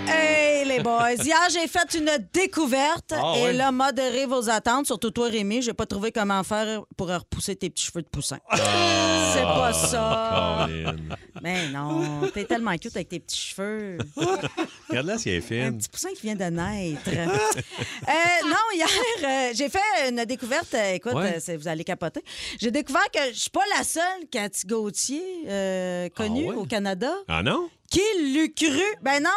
Hey, les boys! Hier, j'ai fait une découverte Ah, et ouais. là, modérez vos attentes, surtout toi, Rémi. J'ai pas trouvé comment faire pour repousser tes petits cheveux de poussin. C'est Ah, pas ça. Mais non, t'es tellement cute avec tes petits cheveux. Regarde-la si elle est fine. petit poussin qui vient de naître. Euh, non, hier, euh, j'ai fait une découverte. euh, écoute, Ouais. euh, c'est- vous allez capoter. J'ai découvert que je suis pas la seule Cathy Gauthier euh, connue au Canada. Ah non? Qui l'eût cru? Ben non.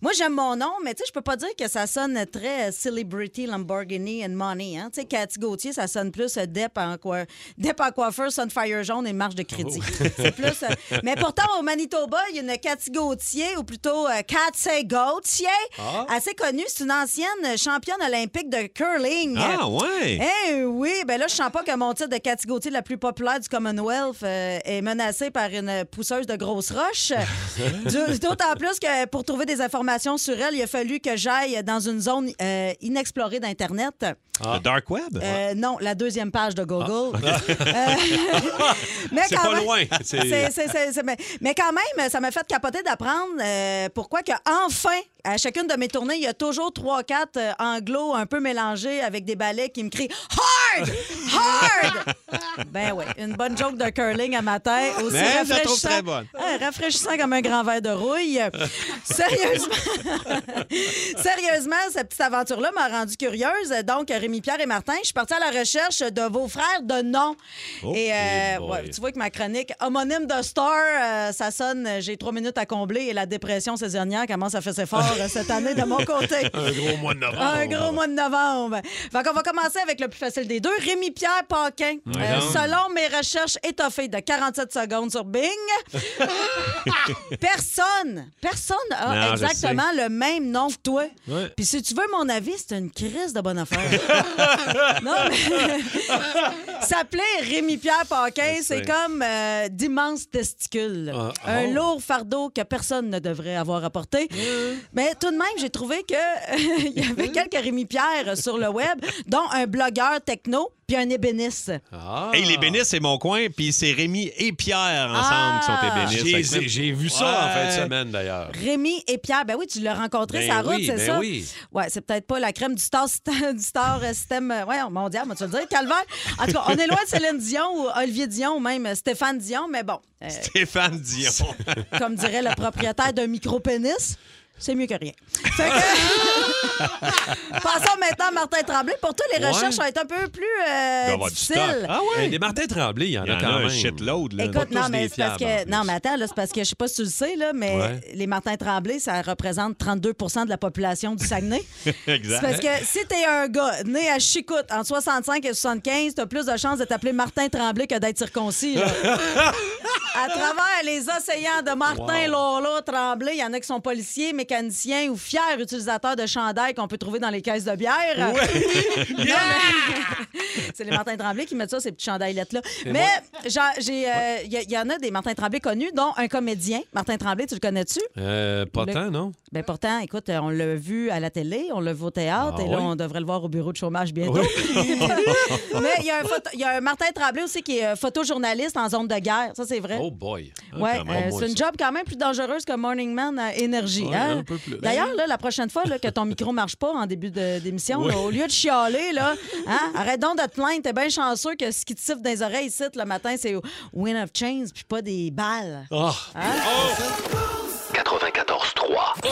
Moi, j'aime mon nom, mais tu sais, je peux pas dire que ça sonne très euh, celebrity, Lamborghini and money. Hein? Tu sais, Cathy Gauthier, ça sonne plus euh, Depp en, quoi... Depp en coiffeur, Sunfire jaune et marge de crédit. Oh. C'est plus... euh, Mais pourtant, au Manitoba, il y a une Cathy Gauthier, ou plutôt euh, Cathy Gauthier, Ah. assez connue. C'est une ancienne championne olympique de curling. Ah, ouais. Eh oui, ben là, je sens pas que mon titre de Cathy Gauthier, la plus populaire du Commonwealth, euh, est menacé par une pousseuse de grosses roches. Du- D'autant plus que pour trouver des informations sur elle, il a fallu que j'aille dans une zone euh, inexplorée d'Internet. Le Dark Web? Euh, non, la deuxième page de Google. Mais Ah, C'est quand pas même- loin. C'est- c'est- c'est- c'est- mais, mais quand même, ça m'a fait capoter d'apprendre euh, pourquoi que enfin, à chacune de mes tournées, il y a toujours trois, quatre euh, anglos un peu mélangés avec des ballets qui me crient Hard! Hard! ben oui, une bonne joke de curling à ma tête. Aussi Ah! Mais je la rafraîchissant, trouve très bonne. Ah, rafraîchissant comme un grand verre de rouille. Sérieusement. Sérieusement, cette petite aventure-là m'a rendue curieuse. Donc, Rémi-Pierre et Martin, je suis partie à la recherche de vos frères de nom. et euh, Oh, boy. ouais, tu vois que ma chronique homonyme de Star, euh, ça sonne, euh, j'ai trois minutes à combler et la dépression saisonnière commence à faire ses fort euh, cette année de mon côté. Un gros mois de novembre. Un gros mois de novembre. Fait qu'on va commencer avec le plus facile des deux, Rémi-Pierre Paquin. Oui, Euh, donc. selon mes recherches étoffées de 47 secondes sur Bing, personne, personne a Non, je exactement sais. le même nom que toi. Ouais. Puis si tu veux mon avis, c'est une crise de bonne affaire. non, mais... S'appeler Rémi-Pierre Paquin, c'est sais. comme euh, d'immenses testicules. Ah, Un oh. lourd fardeau que personne ne devrait avoir à porter. Mmh. Mais tout de même, j'ai trouvé que il y avait quelques Rémi-Pierre sur le web, dont un blogueur techno puis un ébéniste. Ah. Hey, les bénisses, c'est mon coin, puis c'est Rémi et Pierre ensemble Ah. qui sont J'ai- ébénistes. Fait que- j'ai vu ça en fin de Ouais. semaine, d'ailleurs. Rémi et Pierre, ben oui, tu l'as rencontré Ben sa route, oui, c'est ben ça? oui. Ouais, c'est peut-être pas la crème du star, syst- du star euh, système euh, ouais, mondial, moi tu vas le dire, calvaire. En tout cas, on est loin de Céline Dion ou Olivier Dion ou même Stéphane Dion, mais bon, euh, Stéphane Dion. comme dirait le propriétaire d'un micro-pénis, c'est mieux que rien. Fait que- Passons maintenant à Martin Tremblay. Pour toi, les Ouais. recherches ont été un peu plus Il doit y euh, avoir du stock. difficiles. Ah ouais? Des Martin Tremblay, il y en Il y a en quand a un même. shitload, là. Écoute, non, mais c'est parce que. Non, mais attends, là, c'est parce que je sais pas si tu le sais, là, mais Ouais. les Martin Tremblay, ça représente 32 de la population du Saguenay. C'est exact. parce que si t'es un gars né à Chicoute entre 65 et 75, t'as plus de chances de t'appeler Martin Tremblay que d'être circoncis. là. à travers les océans de Martin Lolo Tremblay, il y en a qui sont policiers, mécaniciens ou fiers utilisateurs de chandail qu'on peut trouver dans les caisses de bière. Non, mais- c'est les Martin Tremblay qui mettent ça, ces petits chandailettes-là. Et Mais moi- j'en- j'ai, euh, il y, a- il y en a des Martin Tremblay connus, dont un comédien. Martin Tremblay, tu le connais-tu? Euh, pas Le- tant, non? Ben pourtant, écoute, euh, on l'a vu à la télé, on l'a vu au théâtre, Ah et là, oui? on devrait le voir au bureau de chômage bientôt. Mais il y, a un photo- il y a un Martin Tremblay aussi qui est euh, photojournaliste en zone de guerre. Ça, c'est vrai. Oh boy. Ah, Ouais, quand même, euh, moi, c'est une ça. job quand même plus dangereuse que Morning Man à Énergie. Ouais, hein? un peu plus. Ben D'ailleurs, là, la prochaine fois là, que ton micro marche pas en début de- d'émission, Oui. là, au lieu de chialer, là, hein, arrête donc de te plaindre. T'es bien chanceux que ce qui te siffle dans les oreilles ici le matin, c'est Win of Chains puis pas des balles.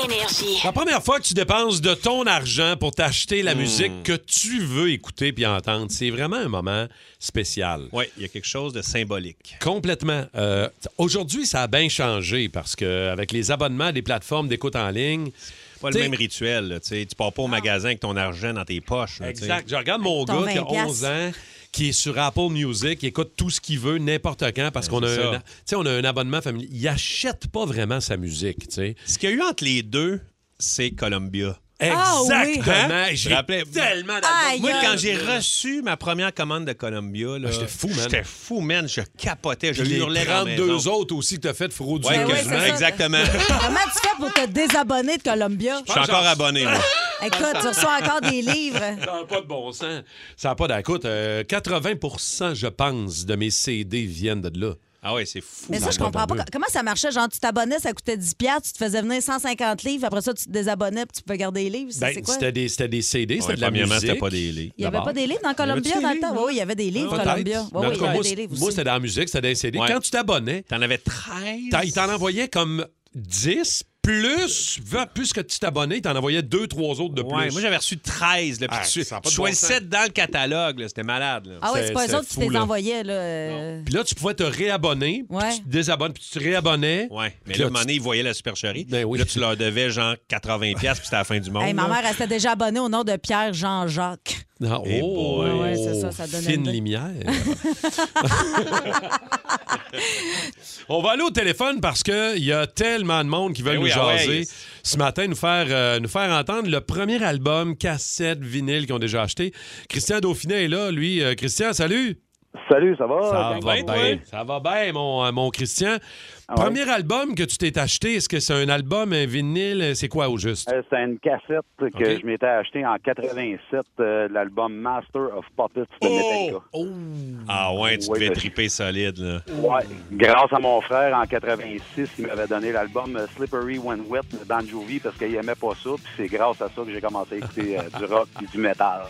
Énergie. La première fois que tu dépenses de ton argent pour t'acheter Hmm. la musique que tu veux écouter puis entendre, c'est vraiment un moment spécial. Oui, il y a quelque chose de symbolique. Complètement. Euh, t- Aujourd'hui, ça a bien changé parce que avec les abonnements des plateformes d'écoute en ligne, Pas le t'sais, même rituel, là, tu sais. Tu pars pas au magasin avec ton argent dans tes poches. là, tu sais. Exact. Je regarde mon Ton gars qui a 20 11 ans, qui est sur Apple Music, qui écoute tout ce qu'il veut, n'importe quand, parce qu'on a, Ben, c'est ça. un- tu sais, on a un abonnement familial. Il achète pas vraiment sa musique, tu sais. Ce qu'il y a eu entre les deux, c'est Columbia. Ah oui. Exactement. Hein? Je me rappelais tellement Aïe, Moi, aïe. quand j'ai reçu ma première commande de Columbia, Ah, là, j'étais fou, man. J'étais fou, man. Je capotais. Je Puis les hurlais dans la 32 maison. autres aussi que t'as fait frauduler Ouais, quasiment. quasiment. Exactement. Comment tu fais pour te désabonner de Columbia? Je suis encore abonné, moi. Écoute, tu reçois encore des livres. Ça n'a pas de bon sens. Ça n'a pas d'écoute. euh, 80 je pense, de mes CD viennent de là. Ah ouais, c'est fou. Mais ça, je comprends pas. Comment ça marchait? Genre, tu t'abonnais, ça coûtait 10$, piastres, tu te faisais venir 150 livres, après ça, tu te désabonnais puis tu peux garder les livres. C'est- Ben, c'est quoi? c'était des, c'était des CD, c'était Ouais, de la premièrement, musique. c'était pas des livres. Il n'y avait pas des livres dans Columbia dans le temps? Oui, il y avait des livres Peut-être. Columbia. Mais Oui, oui, en tout il y cas, avait moi, des livres moi, aussi. c'était dans la musique, c'était dans les CD. Ouais. Quand tu t'abonnais, T'en avais 13. t'as- il t'en envoyait comme 10 plus, plus que tu t'abonnais, il t'en envoyait 2-3 autres de plus. Ouais, moi, j'avais reçu 13. Là, puis Ah, tu ça a pas tu de bon choisissais sens. dans le catalogue. là, C'était malade. là. Ah oui, c'est pas eux autres qui fou, te les là. envoyaient. Là, euh, Puis là, tu pouvais te réabonner, puis Ouais. tu te désabonnes, puis tu te réabonnais. Ouais, mais là, à un moment donné, ils voyaient la supercherie. Ben Là, tu leur devais genre 80$, piastres, puis c'était la fin du monde. hey, ma là. mère, elle s'était déjà abonnée au nom de Pierre-Jean-Jacques. Ah, Eh oh, boy. Ouais, c'est ça, ça donne une fine idée. lumière. On va aller au téléphone parce qu'il y a tellement de monde qui veulent Eh nous oui, ah ouais. jaser ce matin, nous faire, euh, nous faire entendre le premier album, cassette, vinyle qu'ils ont déjà acheté. Christian Dauphinet est là, lui. Euh, Christian, salut! Salut, ça va? Ça gang? va bien, ça va bien, mon, euh, mon Christian. Ah Premier album que tu t'es acheté, est-ce que c'est un album, un vinyle? C'est quoi au juste? Euh, C'est une cassette que Ok. je m'étais achetée en 87, euh, de l'album Master of Puppets de Oh! Metallica. Ah ouais, tu Ouais, devais parce- triper solide. Là. Ouais. Grâce à mon frère, en 86, il m'avait donné l'album euh, Slippery When Wet de Bon Jovi parce qu'il aimait pas ça. Puis c'est grâce à ça que j'ai commencé à écouter euh, du rock et du métal.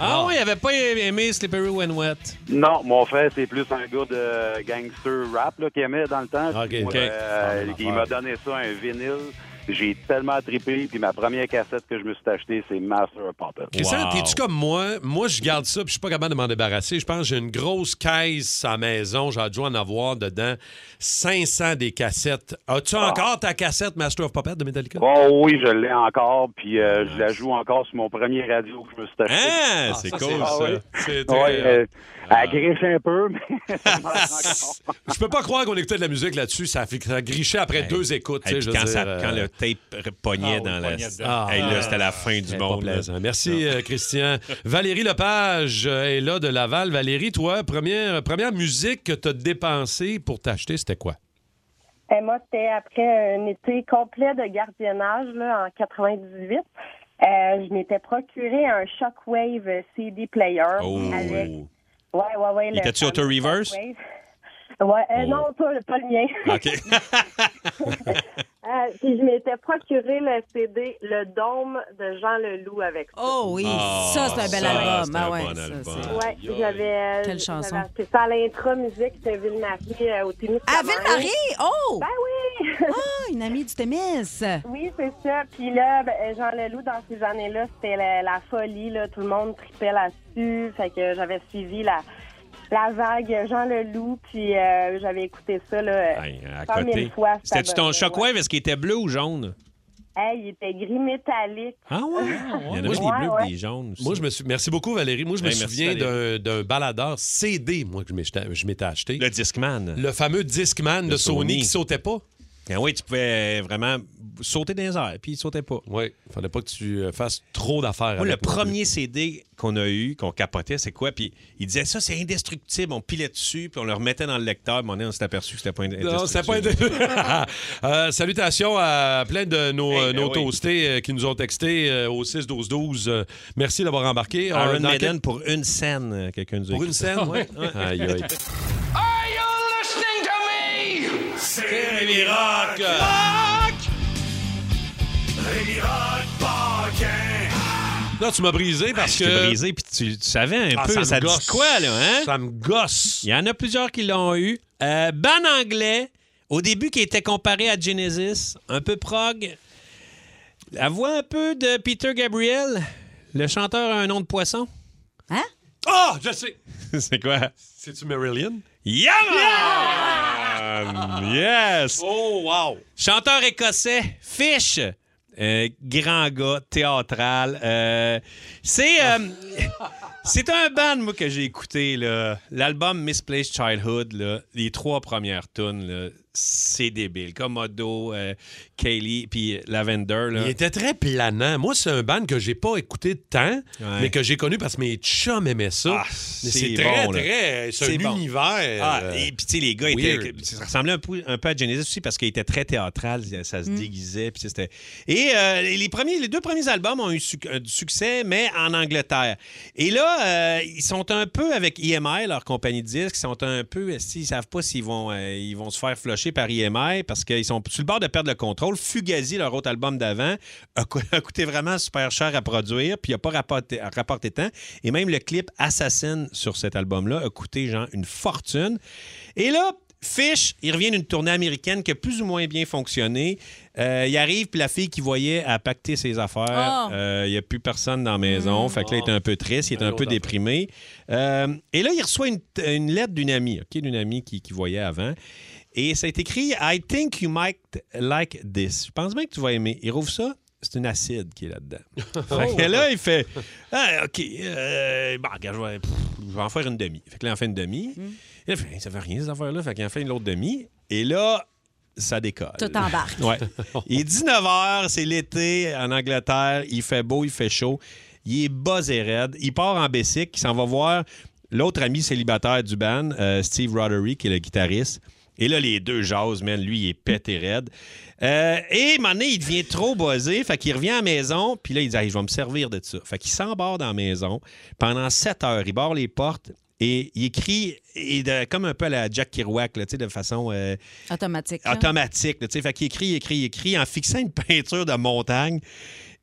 Ah ouais, il avait pas aimé Slippery When Wet. Non, mon frère, c'est plus un gars de gangster rap là, qu'il aimait dans le temps. Ok, Puis moi, ok. euh, C'est la même il affaire. m'a donné ça, un vinyle. J'ai tellement trippé. Puis ma première cassette que je me suis achetée, c'est Master of Puppets. Christian, t'es-tu comme moi? Moi, je garde ça, puis je suis pas capable de m'en débarrasser. Je pense que j'ai une grosse caisse à la maison. J'ai dû en avoir dedans 500 des cassettes. As-tu encore ta cassette Master of Puppets de Metallica? Oh oui, je l'ai encore, puis euh, je la joue encore sur mon premier radio que je me suis acheté. Ah, c'est ça, cool, c'est- ça. Ah. Ah oui. C'est très- Ouais, euh, elle griche un peu, mais ça marche Ah, encore. Je peux pas croire qu'on écoutait de la musique là-dessus. Ça, fait- ça grichait après deux écoutes. Hey, tu sais, puis je veux quand, dire, ça- euh, quand le tape pognait ah, dans oui, la... pognait dedans. Hey, là, Ah. c'était la fin du Hey, pas monde. là. plaisant. Merci, euh, Christian. Valérie Lepage euh, est là de Laval. Valérie, toi, première, première musique que t'as dépensée pour t'acheter, c'était quoi? Et moi, c'était après un été complet de gardiennage là, en 98. Euh, je m'étais procuré un Shockwave CD player. Oh. avec... Ouais, ouais, ouais. Il le était-tu fameux auto-reverse? Shockwave. Ouais, euh, Oh. non, pas, le- pas le mien. OK. Euh, puis je m'étais procuré le CD Le Dôme de Jean Leloup avec ça. Oh oui, ça, c'est un bel Ah, ça, album. c'est Ah un ouais, bon ça, album. c'est- Ouais, j'avais. Quelle chanson? j'avais acheté ça à l'intra musique de Ville-Marie euh, au tennis. Ah, Ville-Marie? Oh! Ben oui! Ah, une amie du Témis. Oui, c'est ça. Puis là, ben, euh, Jean Leloup, dans ces années-là, c'était la, la folie. Là. Tout le monde tripait là-dessus. Fait que j'avais suivi la, la vague Jean Leloup, puis euh, j'avais écouté ça là, Hey, à 100 000 côté. fois. cet C'était-tu ton abonné, ouais. shockwave? Est-ce qu'il était bleu ou jaune? Hey, il était gris métallique. Ah ouais? Il y en a Moi, des je- bleus ouais. et des jaunes aussi. Moi, je me suis... Merci beaucoup, Valérie. Moi, je me Hey, merci, souviens d'un d'un baladeur CD, moi, que je m'étais- je m'étais acheté. Le Discman. Le fameux Discman de Sony Sony. qui sautait pas. Ah oui, tu pouvais vraiment sauter dans les airs, puis il sautait pas. Oui, fallait pas que tu euh, fasses trop d'affaires. Moi, le avec non plus. premier CD qu'on a eu, qu'on capotait, c'est quoi? Puis il disait ça, c'est indestructible. On pilait dessus, puis on le remettait dans le lecteur. Puis à un moment donné, on s'est aperçu que c'était pas indestructible. Non, c'est pas un- Euh, salutations à plein de nos, Hey, euh, ben oui. nos toastés euh, qui nous ont texté euh, au 6-12-12. Euh, merci d'avoir embarqué. Euh, Iron dans Maiden quel- pour une scène, euh, quelqu'un nous a Pour écrit une ça. scène, oui. Aïe, aïe. Are you listening to me? C'est Rémi Rock. Rémi Rock Là, tu m'as brisé parce J'étais que. brisé, puis tu, tu savais un Ah, peu, ça, me gosse. dit quoi, là, hein? Ça me gosse. Il y en a plusieurs qui l'ont eu. Euh, ban anglais, au début, qui était comparé à Genesis, un peu prog. La voix un peu de Peter Gabriel. Le chanteur a un nom de poisson. Hein? Ah, je sais. C'est quoi? C'est-tu Marilyn? Yaman! Um, Yes! Oh, wow. Chanteur écossais, Fish. Euh, grand gars, théâtral. Euh, c'est euh, c'est un band, moi, que j'ai écouté. là. L'album Misplaced Childhood, là, les trois premières tunes, là, c'est débile. Komodo, euh, Kaylee, puis Lavender. Là. Il était très planant. Moi, c'est un band que j'ai pas écouté tant, Ouais. mais que j'ai connu parce que mes chums aimaient ça. Ah, Mais c'est très, bon, là. très. C'est un bon. univers. Ah, euh, et puis, tu sais, les gars, weird. étaient, ça ressemblait un peu, un peu à Genesis aussi parce qu'il était très théâtral, ça se Mm. déguisait. Puis, tu sais, c'était- et euh, les, les premiers, les deux premiers albums ont eu suc- euh, du succès, mais en Angleterre. Et là, euh, ils sont un peu avec EMI, leur compagnie de disques, ils sont un peu, esti, ils savent pas s'ils vont, euh, ils vont se faire flusher par EMI parce qu'ils sont sur le bord de perdre le contrôle. Fugazi, leur autre album d'avant, a, co- a coûté vraiment super cher à produire, puis il n'a pas rapporté, rapporté tant. Et même le clip Assassin sur cet album-là a coûté genre une fortune. Et là, Fish, il revient d'une tournée américaine qui a plus ou moins bien fonctionné. Euh, il arrive, puis la fille qui voyait a pacté ses affaires. Ah. Euh, il n'y a plus personne dans la maison. Fait que là, il est un peu triste, il est Un un peu autre déprimé. Euh, et là, il reçoit une, une lettre d'une amie, OK, d'une amie qui, qui voyait avant. Et ça est écrit I think you might like this. Je pense bien que tu vas aimer. Il rouvre ça. C'est une acide qui est là-dedans. Fait que là, il fait Ah, OK, euh, bon, regarde, je vais, pff, je vais en faire une demi. Fait que là, il en fait une demi. Et là, il fait, ça fait rien, ces affaires-là. Fait qu'il en fait une autre demi. Et là, ça décolle. Tout embarque. Ouais. Il est 19h, c'est l'été en Angleterre. Il fait beau, il fait chaud. Il est bas et raide. Il part en Bessic. Il s'en va voir l'autre ami célibataire du band, euh, Steve Roderick, qui est le guitariste. Et là, les deux jasent, man. Lui, il est pété raide. Euh, et, à un moment donné, il devient trop buzzé. Fait qu'il revient à la maison. Puis là, il dit Hey, Je vais me servir de ça. Fait qu'il s'embarre dans la maison. Pendant 7 heures, il barre les portes. Et il écrit, et de- comme un peu à la Jack Kerouac, là, tu sais, de façon euh, Automatique. là. automatique. là, tu sais. fait qu'il écrit, il écrit, il écrit en fixant une peinture de montagne.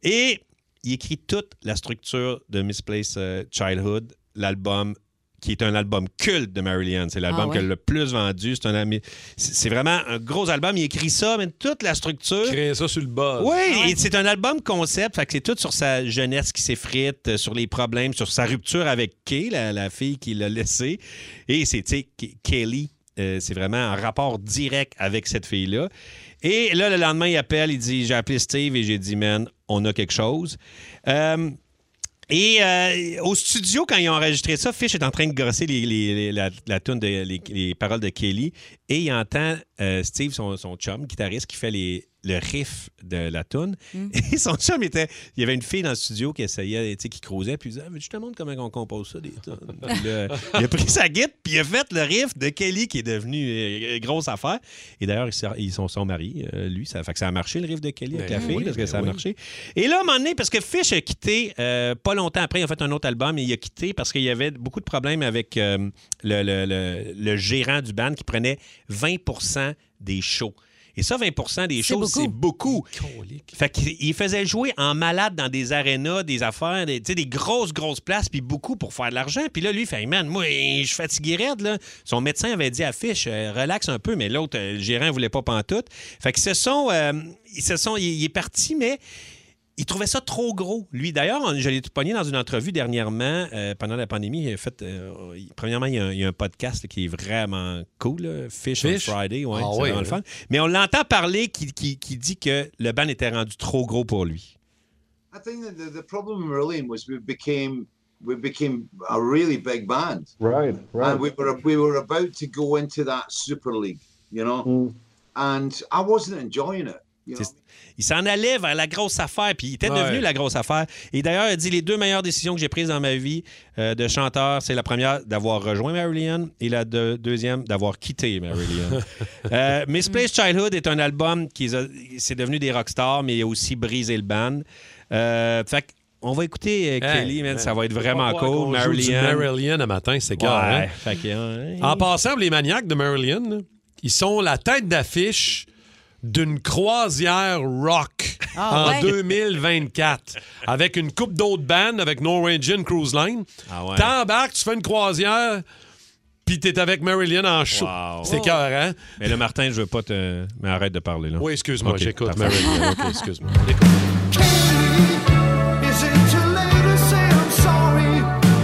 Et il écrit toute la structure de Misplaced euh, Childhood, l'album qui est un album culte de Marilyn. C'est l'album Ah ouais? qu'elle a le plus vendu. C'est un ami- c'est- c'est vraiment un gros album. Il écrit ça, mais toute la structure. Créer ça sur le bas. Oui, et c'est un album concept, fait que c'est tout sur sa jeunesse qui s'effrite, euh, sur les problèmes, sur sa rupture avec Kay, la, la fille qui l'a laissée. Et c'est, tu sais, K- Kelly, euh, c'est vraiment un rapport direct avec cette fille-là. Et là, le lendemain, il appelle, il dit J'ai appelé Steve et j'ai dit, man, on a quelque chose. Euh, et euh, au studio, quand ils ont enregistré ça, Fish est en train de grosser les, les- les- la, la toune de, les, les paroles de Kelly. Et il entend euh, Steve, son, son chum, guitariste, qui fait les- le riff de la toune. Et son chum était. Il y avait une fille dans le studio qui essayait, tu sais, qui creusait, puis il disait Ah, veux-tu que je te montre comment on compose ça, des tounes? Puis là, il a pris sa guitare, puis il a fait le riff de Kelly, qui est devenu euh, grosse affaire. Et d'ailleurs, ils sont- ils sont, sont mariés, euh, lui. Ça fait que ça a marché, le riff de Kelly, avec la Ben fille, oui, parce que ben ça a oui. marché. Et là, à un moment donné, parce que Fish a quitté euh, pas longtemps après, il a fait un autre album et il a quitté parce qu'il y avait beaucoup de problèmes avec euh, le, le- le- le gérant du band qui prenait 20 des shows. Et ça, 20 des shows, c'est beaucoup. Fait qu'il il faisait jouer en malade dans des arénas, des affaires, des, tu sais, des grosses, grosses places, puis beaucoup pour faire de l'argent. Puis là, lui, il fait, Hey, man, moi, je suis fatigué raide, là. Son médecin avait dit à Fish, euh, relaxe un peu, mais l'autre, euh, le gérant, voulait pas pantoute. Fait qu'ils se sont, euh, ils se sont, il, il est parti, mais il trouvait ça trop gros, lui. D'ailleurs, on- je l'ai pogné dans une entrevue dernièrement, euh, pendant la pandémie. Il a fait, euh, il- premièrement, il y, a un, il y a un podcast là, qui est vraiment cool, là, Fish, Fish? on Friday. Ouais, Ah c'est oui, vraiment le hein? fun. Mais on l'entend parler qui, qui- qui dit que le ban était rendu trop gros pour lui. I think that the, the problem with Marillion was we became we became a really big band. Right, right. And we were we were about to go into that Super League, you know. And I wasn't enjoying it. You know? C'est- Il s'en allait vers la grosse affaire, puis il était Ouais. devenu la grosse affaire. Et d'ailleurs, il dit les deux meilleures décisions que j'ai prises dans ma vie euh, de chanteur, c'est la première d'avoir rejoint Marilyn et la de- deuxième d'avoir quitté Marilyn. Euh, Misplaced Childhood est un album qui les a- c'est devenu des rockstars, mais il a aussi brisé le ban. Euh, fait que on va écouter euh, Kelly, man, ça va être vraiment cool. Marilyn. Marillion à matin, c'est Ouais, cool. hein? fait que, hein, En passant, les maniaques de Marilyn, là, ils sont la tête d'affiche d'une croisière rock Ah, en ouais. 2024 avec une coupe d'autres bandes avec Norwegian Cruise Line. ouais. T'embarques, tu fais une croisière, puis t'es avec Marilyn en show. Oh. C'est hein? écœurant. Mais là, Martin, je veux pas te. Mais arrête de parler, là. Oui, excuse-moi, Ok, j'écoute parfait. Marilyn. Ok, excuse-moi. Is it too late to say I'm sorry?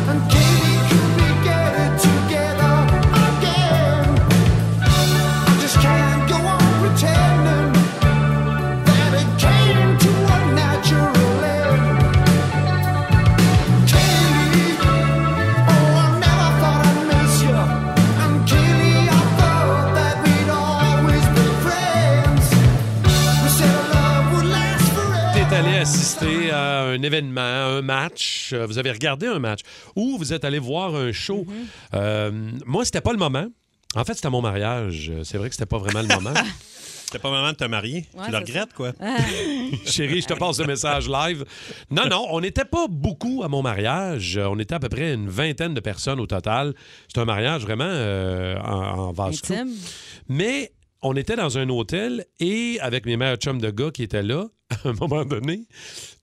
And Katie, could we get it together again? I just can't go on pretending that it came to a natural end. Katie, oh, I never thought I'd miss you. And Katie, I thought that we'd always be un événement, un match, euh, vous avez regardé un match ou vous êtes allé voir un show. Euh, moi, c'était pas le moment. En fait, c'était à mon mariage. C'est vrai que c'était pas vraiment le moment. C'était pas vraiment de te marier. tu le Ouais, c'est Ah, regrettes, quoi. Chérie, je te passe le message live. Non, non, on n'était pas beaucoup à mon mariage. Euh, On était à peu près une vingtaine de personnes au total. C'est un mariage vraiment euh, en, en vase clos. Intime. Mais on était dans un hôtel et avec mes meilleurs chums de gars qui étaient là, à un moment donné,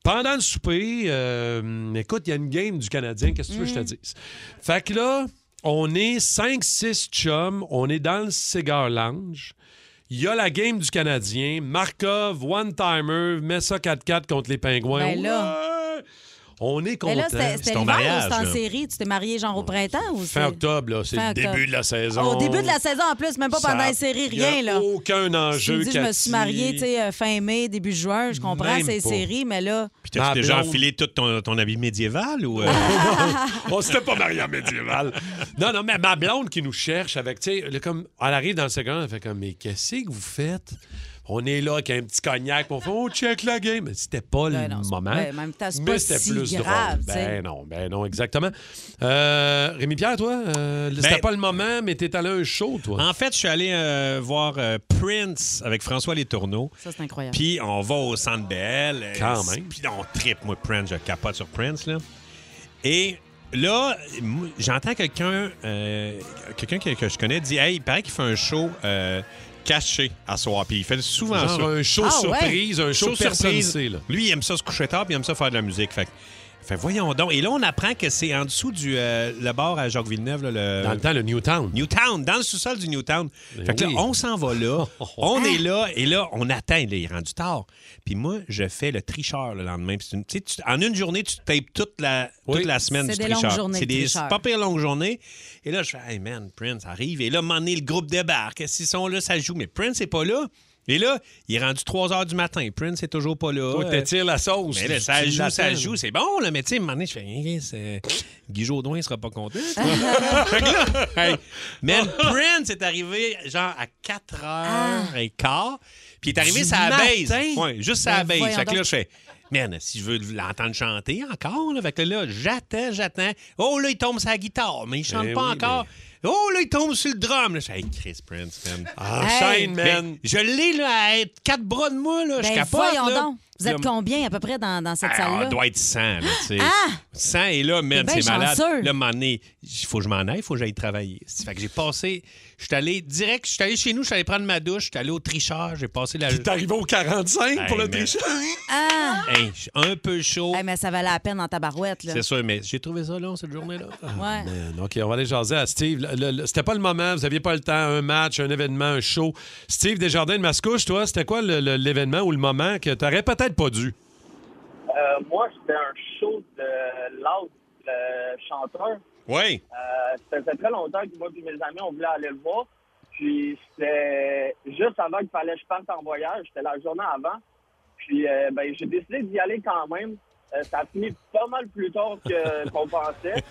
pendant le souper, euh, écoute, il y a une game du Canadien, qu'est-ce que tu veux que je te dise? Fait que là, on est 5-6 chums, on est dans le Cigar Lounge. Il y a la game du Canadien. Markov, one-timer, Messa 4-4 contre les Pingouins. Ben là. Ouais! On est Mais content. là, c'était c'était l'hiver ou c'était en série? Tu t'es marié genre au printemps ou c'est- Fin octobre, là, c'est Fin le octobre. début de la saison. Au début de la saison en plus, même pas Ça- pendant la série, rien y a là. Aucun enjeu. Je, dit, je me suis Cathy. mariée tu sais, euh, fin mai, début juin, je comprends Même ces pas. séries, mais là. Puis t'as-tu Ma déjà blonde. enfilé tout ton, ton habit médiéval ou. euh? On s'était Oh, pas marié en médiéval. Non, non, mais ma blonde qui nous cherche avec, tu sais, elle est comme, elle arrive dans le second, elle fait comme, mais qu'est-ce que vous faites? On est là avec un petit cognac, puis on fait, on check la game. Mais C'était pas le Ben non, c'est- moment. ben, en même temps, c'est mais pas c'était si plus grave, drôle. tu sais. Ben non, ben non, exactement. Euh, Rémi Pierre, toi, euh, Ben, c'était pas le moment, mais t'es allé à un show, toi. En fait, je suis allé euh, voir euh, Prince avec François Letourneau. Ça, c'est incroyable. Puis on va au Centre Bell. euh, Quand c'est- même. Puis là, on tripe, moi, Prince. Je capote sur Prince, là. Et là, moi, j'entends quelqu'un euh, quelqu'un que, que je connais dit « Hey, il paraît qu'il fait un show euh, caché à soir. » Puis il fait souvent Genre ça. un show Ah, surprise, ouais. un show personne sait, là. Lui, il aime ça se coucher tard, puis il aime ça faire de la musique. Fait que- fait, voyons donc. Et là, on apprend que c'est en dessous du euh, le bar à Jacques Villeneuve. là, le... Dans le temps, le Newtown. Newtown, dans le sous-sol du Newtown. Ben fait que là, oui. on s'en va là, on est là, et là, on attend. Là, il est rendu tard. Puis moi, je fais le tricheur le lendemain. Puis c'est une- tu sais, tu- en une journée, tu tapes toute la, toute la semaine C'est du des longues tricheur. journées, c'est le tricheur. c'est pas pire longue journée. Et là, je fais, hey man, Prince arrive. Et là, à un moment donné, le groupe débarque. S'ils sont là, ça joue. Mais Prince n'est pas là. Et là, il est rendu 3 h du matin. Prince est toujours pas là. Toi, Euh, t'étires la sauce. mais là, Tu- ça tu joue, ça l'attends. joue, c'est bon, là. Mais tu sais, à un moment donné, je fais, Hey, c'est- Guy Jodoin sera pas content. Fait que là, hey, man, Prince est arrivé genre à 4 Ah. h et quart. Puis il est arrivé Du sa matin? base. Ouais, juste sa Ben, base. voyons Fait que là, donc. je fais. Man, si je veux l'entendre chanter encore, là, fait que là, j'attends, j'attends. Oh là, il tombe sa guitare, mais il chante Eh pas oui, encore. Oh là, il tombe sur le drum. Là, je fais, Hey, Chris Prince, man. Enchaîne, Ah, man. Mais Ben, Je l'ai là à être quatre bras de moi, là. je Ben, capote. voyons là. donc. Vous êtes Là, combien à peu près dans, dans cette ah, salle-là? On doit être 100, là, tu sais. Ah! 100 et là, même, T'es bien c'est malade. chanceux. Là, à un moment donné, il faut que je m'en aille, il faut que j'aille travailler. Fait que j'ai passé, je suis allé direct, je suis allé chez nous, je suis allé prendre ma douche, je suis allé au tricheur, j'ai passé la... T'es arrivé au 45 pour le tricheur? Ah! Hey, je suis un peu chaud. Eh, mais ça valait la peine dans ta barouette, là. C'est sûr, mais j'ai trouvé ça long, cette journée-là. Ouais. Ah, Man, OK, on va aller jaser à Steve. Le- le- le- C'était pas le moment, vous aviez pas le temps, un match, un événement, un show. Steve Desjardins de Mascouche, toi, c'était quoi le- le- l'événement ou le moment que t'aurais peut-être pas dû? Euh, moi, c'était un show de Loud, le chanteur. Oui. Euh, ça faisait très longtemps que moi et mes amis, on voulait aller le voir. Puis c'était juste avant qu'il fallait que je parte en voyage. C'était la journée avant. Puis euh, ben, j'ai décidé d'y aller quand même. Euh, ça a fini pas mal plus tard que- qu'on pensait.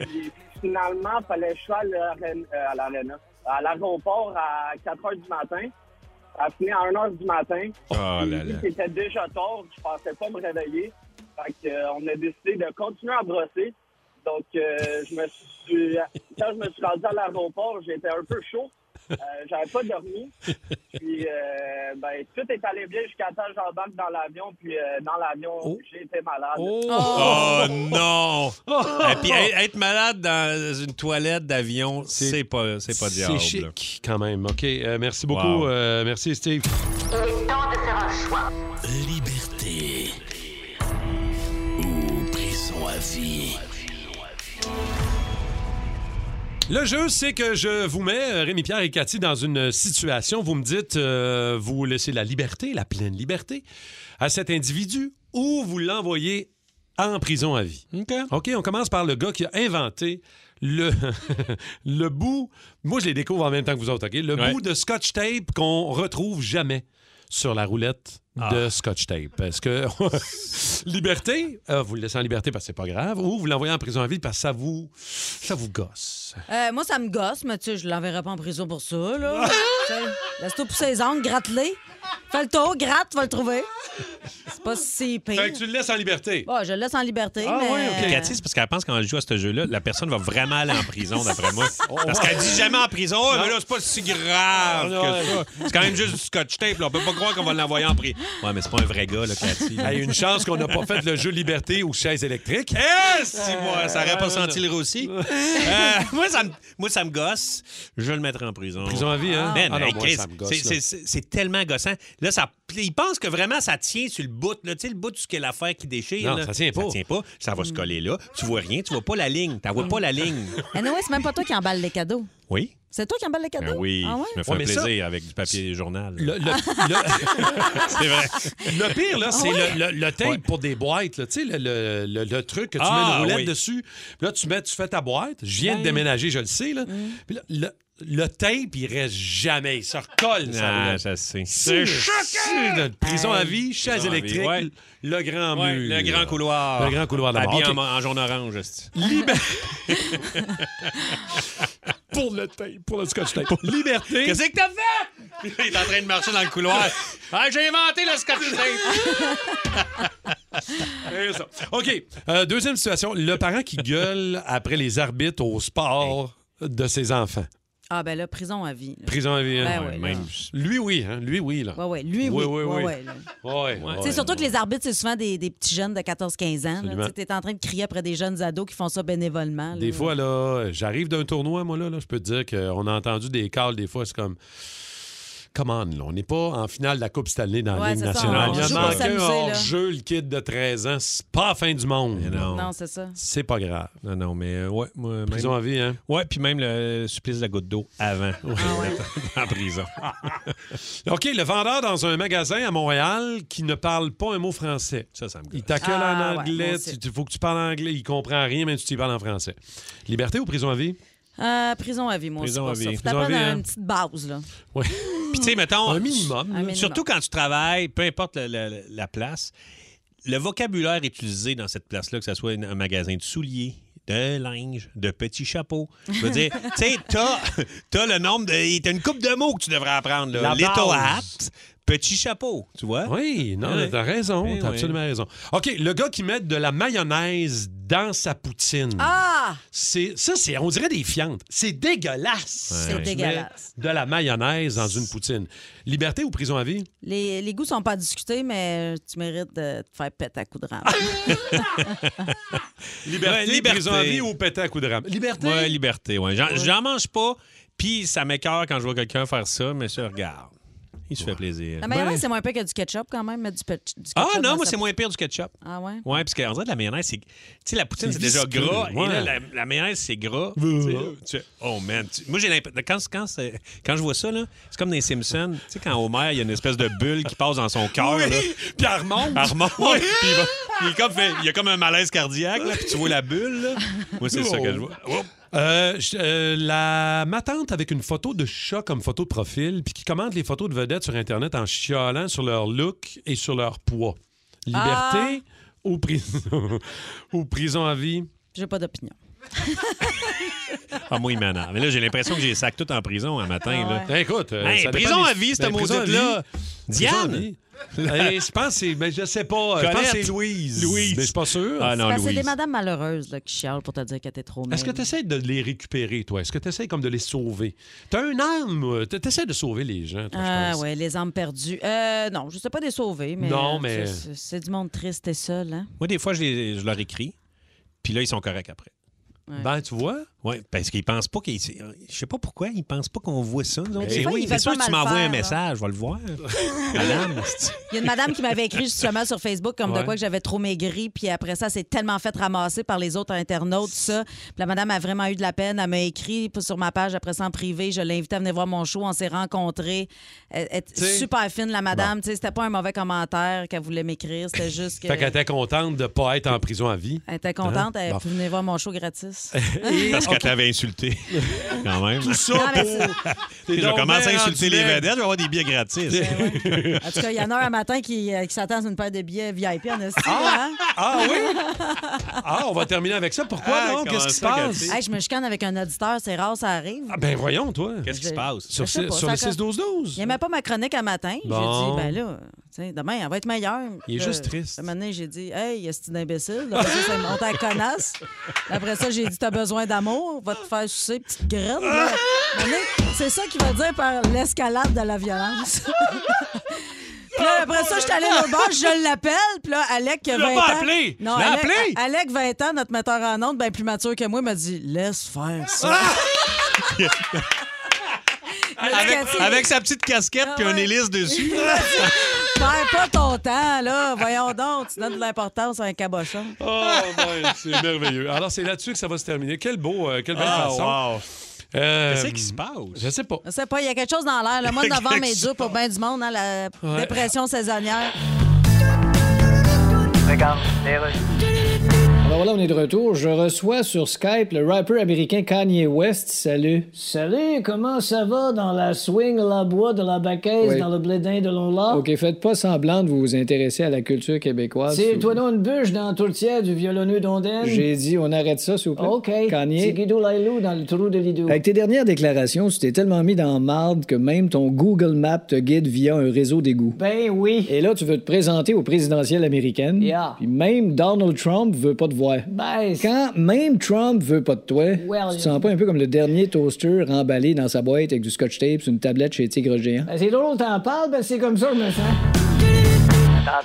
Puis finalement, il fallait que je sois à l'arène- euh, à l'aréna, à l'aéroport à 4 h du matin. Ça a fini à 1 h du matin. Ah, Oh là Vu là. que C'était déjà tard, je pensais pas me réveiller. Fait que, euh, on a décidé de continuer à brosser. Donc, euh, je me suis, quand je me suis rendu à l'aéroport, j'étais un peu chaud. Euh, J'avais pas dormi. Puis, euh, ben, tout est allé bien jusqu'à temps que j'embarque dans l'avion. Puis, euh, dans l'avion, j'ai été malade. Oh, non! Oh! Et puis, être être malade dans une toilette d'avion, c'est pas, c'est pas C'est diable. chic, quand même. OK, euh, merci beaucoup. Wow. euh, merci, Steve. Il est temps de faire un choix. Liberté ou prison à vie. Le jeu, c'est que je vous mets, euh, Rémi Pierre et Cathy, dans une situation. Vous me dites, euh, vous laissez la liberté, la pleine liberté, à cet individu ou vous l'envoyez en prison à vie. OK. on commence par le gars qui a inventé le, le bout. Moi, je les découvre en même temps que vous autres, OK? Le Ouais. bout de scotch tape qu'on retrouve jamais sur la roulette Ah. de scotch tape. Est-ce que. liberté, euh, vous le laissez en liberté parce que c'est pas grave, ou vous l'envoyez en prison à vie parce que ça vous, ça vous gosse. Euh, moi, ça me gosse, mais tu sais, je l'enverrai pas en prison pour ça, là. Tu sais, Laisse-toi pousser les ongles, gratte-les. Fais le tour, gratte, tu vas le trouver. C'est pas si pire. Fait que Ben, tu le laisses en liberté. Bon, je le laisse en liberté, Ah, mais... Euh. Cathy, c'est parce qu'elle pense qu'en jouant à ce jeu-là, la personne va vraiment aller en prison, d'après moi. Parce Oh, ouais. qu'elle dit jamais en prison. Oh, Non. mais là, c'est pas si grave Non, que Ah, ouais. ça. C'est quand même juste du scotch tape. Là. On peut pas croire qu'on va l'envoyer en prison. Ouais, mais c'est pas un vrai gars, là, Cathy. Hey, une chance qu'on n'a pas fait le jeu liberté ou chaise électrique. Eh, si moi, ça aurait pas senti le roussi. Euh, moi, ça me, moi, ça me gosse. Je le mettrai en prison. Prison à vie, hein? Man, Ah non, hey, moi, Chris, ça me gosse, c'est- là. c'est- c'est c'est tellement gossant. Là, ça, il pense que vraiment ça tient sur le bout. Là. Tu sais, le bout de ce qu'est l'affaire qui déchire. Non, là. ça tient pas. Ça tient pas. Ça va se coller là. Tu vois rien. Tu vois pas la ligne. Tu vois pas la ligne. Anyway, c'est même pas toi qui emballe les cadeaux. Oui? C'est toi qui emballe les cadeaux? Ben oui. Ah ouais? Je me fais Ouais, un mais ça- plaisir avec du papier journal. Le, le- le- C'est vrai. le pire, là, Ah c'est ouais? le, le- le tape Ouais. pour des boîtes. là. Tu sais, le, le- le- le truc que tu mets Ah, une roulette oui. dessus. Puis là, tu, mets, tu fais ta boîte. Je viens Ben. de déménager, je le sais. Là. Mm. Puis là, le, le tape, il reste jamais. Il se recolle, sa Ah, roulette. ça c'est. C'est choquant! Prison à vie, chaise Prison à vie, électrique, ouais. le grand Ouais, mur. le grand couloir. Le grand couloir de la mort. Habillé OK. en, en jaune orange. esti. Pour le tape, pour le scotch tape. Liberté. Qu'est-ce que t'as fait? Il est en train de marcher dans le couloir. Ah, j'ai inventé le scotch tape. C'est ça. OK. Euh, deuxième situation, le parent qui gueule après les arbitres au sport de ses enfants. Ah ben là, prison à vie. là. Prison à vie. hein? Ben ouais, Même- Lui, oui. hein? Lui, oui. Là. Ouais, ouais. Lui, oui. Oui, oui, Ouais, oui. ouais, là. Ouais, C'est ouais, surtout ouais. que les arbitres, c'est souvent des, des petits jeunes de 14-15 ans. Absolument. Tu es en train de crier après des jeunes ados qui font ça bénévolement. là. Des fois, là, j'arrive d'un tournoi, moi, là, là, je peux te dire qu'on a entendu des calls, des fois, c'est comme. Come on, là, on n'est pas en finale de la Coupe Stanley dans la Ouais, Ligue c'est ça, nationale. on Il y joue en pour manque un s'amuser, là. hors-jeu, le kid de 13 ans. C'est pas la fin du monde. Non, c'est ça. C'est pas grave. Non, non, mais euh, ouais. Moi, même... Prison à vie, hein? Ouais, puis même le supplice de la goutte d'eau avant. Ah en prison. OK, le vendeur dans un magasin à Montréal qui ne parle pas un mot français. Ça, ça me gosse. Il t'accueille Ah, en ouais, moi anglais, aussi. il faut que tu parles anglais, il comprend rien, mais tu t'y parles en français. Liberté ou prison à vie? Euh, prison à vie, moi Prison aussi. à vie. Faut Prison à t'apprendre vie, hein. une petite base, là. Oui. Puis, tu sais, mettons. Un minimum, Un minimum. Surtout quand tu travailles, peu importe le- le- la place, le vocabulaire utilisé dans cette place-là, que ce soit une- un magasin de souliers, de linge, de petits chapeaux. Je veux dire, tu sais, t'as, t'as le nombre de. T'as une coupe de mots que tu devrais apprendre. Là. La Little base. hat, petit chapeau, tu vois? Oui, non, Ouais. t'as raison, Eh t'as oui. absolument raison. OK, le gars qui met de la mayonnaise dans sa poutine. Ah! C'est, ça, c'est, on dirait des fientes. C'est dégueulasse. C'est quand tu mets dégueulasse. De la mayonnaise dans une poutine. Liberté ou prison à vie? Les, les goûts sont pas discutés, mais tu mérites de te faire péter à coups de rame. Liberté, Ouais, liberté. prison à vie ou péter à coup de rame? Liberté. Ouais, liberté, ouais. J'en, j'en mange pas, puis ça m'écœure quand je vois quelqu'un faire ça, mais ça, regarde. Il se fait plaisir. La Ben. mayonnaise, c'est moins peu que du ketchup quand même, mais du, pe- du ketchup. Ah dans non, moi, sa- c'est moins pire du ketchup. Ah ouais? Ouais, parce qu'en vrai, de la mayonnaise, c'est. Tu sais, la poutine, C'est c'est déjà visqueux, gras. ouais. Et là, la, la mayonnaise, c'est gras. Tu sais, tu fais, oh, man. tu- Moi, j'ai l'impression. Quand, quand, c'est- quand je vois ça, là, c'est comme dans les Simpsons. Tu sais, quand Homer, il y a une espèce de bulle qui passe dans son cœur. là. Puis elle remonte. Elle remonte, puis il, va- il est comme fait- il y a comme un malaise cardiaque, là, puis tu vois la bulle. là. Moi, c'est ça que je vois. Oh. Euh, je- euh, la ma tante avec une photo de chat comme photo de profil, puis qui commente les photos de vedettes sur Internet en chialant sur leur look et sur leur poids. Ah! Liberté ou, prison, ou prison à vie? J'ai pas d'opinion. Ah, moi, il m'énerve. Mais là, j'ai l'impression que j'ai sac tout en prison un matin. Ah là. Ben, écoute, euh, Hey, ça dépend prison des- à vie, cette Ben, prison à maudite-là. vie. Diane? Prison à vie. Hey, je pense que c'est. Ben, je sais pas. Je pense que c'est Colette. Louise. Louise. Mais je suis pas sûr. Ah non, Parce que c'est Louise. des madames malheureuses là, qui chialent pour te dire que t'es trop Est-ce que maigre. tu essaies de les récupérer, toi? Est-ce que tu essaies comme de les sauver? T'as un âme, tu essaies de sauver les gens, toi, je Ah pense. ouais, les âmes perdues. Euh, non, je sais pas des sauver, mais Non, euh, mais- c'est- c'est du monde triste et seul, hein. Moi, des fois, je, les- je leur écris, puis là, ils sont corrects après. Ben, tu vois? Oui, parce qu'ils pensent pas qu'ils. Je sais pas pourquoi, ils pensent pas qu'on voit ça. nous autres. des Eh fois, ils oui, c'est veulent sûr pas que tu mal m'envoies faire, un là. message, je vais le voir. Madame, c'est- Il y a une madame qui m'avait écrit justement sur Facebook comme Ouais. de quoi que j'avais trop maigri, puis après ça, c'est tellement fait ramasser par les autres internautes, ça. Puis la madame a vraiment eu de la peine. Elle m'a écrit p- sur ma page après ça en privé. Je l'ai invitée à venir voir mon show. On s'est rencontrés. Elle, elle était T'sais. super fine, la madame. Tu sais, C'était pas un mauvais commentaire qu'elle voulait m'écrire. C'était juste que. Fait qu'elle était contente de ne pas être en prison à vie. Elle était contente. Elle Hein? a pu venir voir mon show gratis. Et- Parce qu'elle t'avait insulté. Quand même. Tout ça Non, mais c'est- pour... Je vais donc commencer à bien insulter rendu les laid. vedettes, je vais avoir des billets gratis. Ben En tout cas, il y en a un un matin qui, euh, qui s'attend sur une paire de billets VIP en esti, hein? Ah oui? Ah, on va terminer avec ça. Pourquoi Ah, non? Qu'est-ce qui se comment ça, passe? Hey, je me chicane avec un auditeur, c'est rare, ça arrive. Ah, ben voyons, toi. Qu'est-ce qui se passe? Sur, Je sais pas, sur ça le co- 6-12-12? Il n'aimait pas ma chronique à matin. Bon. J'ai dit, ben là, tu sais, demain, elle va être meilleure. Il est Là, juste triste. Un moment donné, j'ai dit, hey, est-ce que imbécile? Après ça, c'est monté à connasse. Après ça, j'ai dit, t'as besoin d'amour, va te faire sucer, petite graine. là. Un moment donné, C'est ça qu'il va dire par l'escalade de la violence. Puis là, après ça, je suis allée au bord, je l'appelle. Puis là, Alec, Tu 20 l'as ans. pas appelé! Non, Tu l'as Alec, appelé! Alec, 20 ans, notre metteur en ondes, bien plus mature que moi, m'a dit, laisse faire ça. avec, avec sa petite casquette Ah, puis un hélice dessus. Perds pas ton temps, là. Voyons donc, tu donnes de l'importance à un cabochon. Oh, ben, man, c'est merveilleux. Alors, c'est là-dessus que ça va se terminer. Quel beau, euh, quelle belle Ah, façon. wow. Euh, Qu'est-ce qui se passe? Je sais pas. Je sais pas, il y a quelque chose dans l'air. Le mois de novembre est dur pour bien du monde, hein, la Ouais. dépression saisonnière. Alors là, on est de retour. Je reçois sur Skype le rappeur américain Kanye West. Salut. Salut, comment ça va dans la swing, la bois, de la baquette, Oui. dans le blédin de l'Onla? OK, faites pas semblant de vous vous intéresser à la culture québécoise. C'est Ou- toi non une bûche dans la tourtière du violonneux d'Ondaine? J'ai dit, on arrête ça, s'il vous plaît. OK. C'est Kanye. Guido Lailou dans le trou de Lido. Avec tes dernières déclarations, tu t'es tellement mis dans marde que même ton Google Maps te guide via un réseau d'égouts. Ben oui. Et là, tu veux te présenter aux présidentielles américaines. Yeah. Puis même Donald Trump veut pas te voir. Ben, c'est- Quand même Trump veut pas de toi, tu te sens pas un peu comme le dernier toaster emballé dans sa boîte avec du scotch tape sur une tablette chez Tigre Géant? ben, c'est drôle, t'en parles, ben c'est comme ça, je me sens.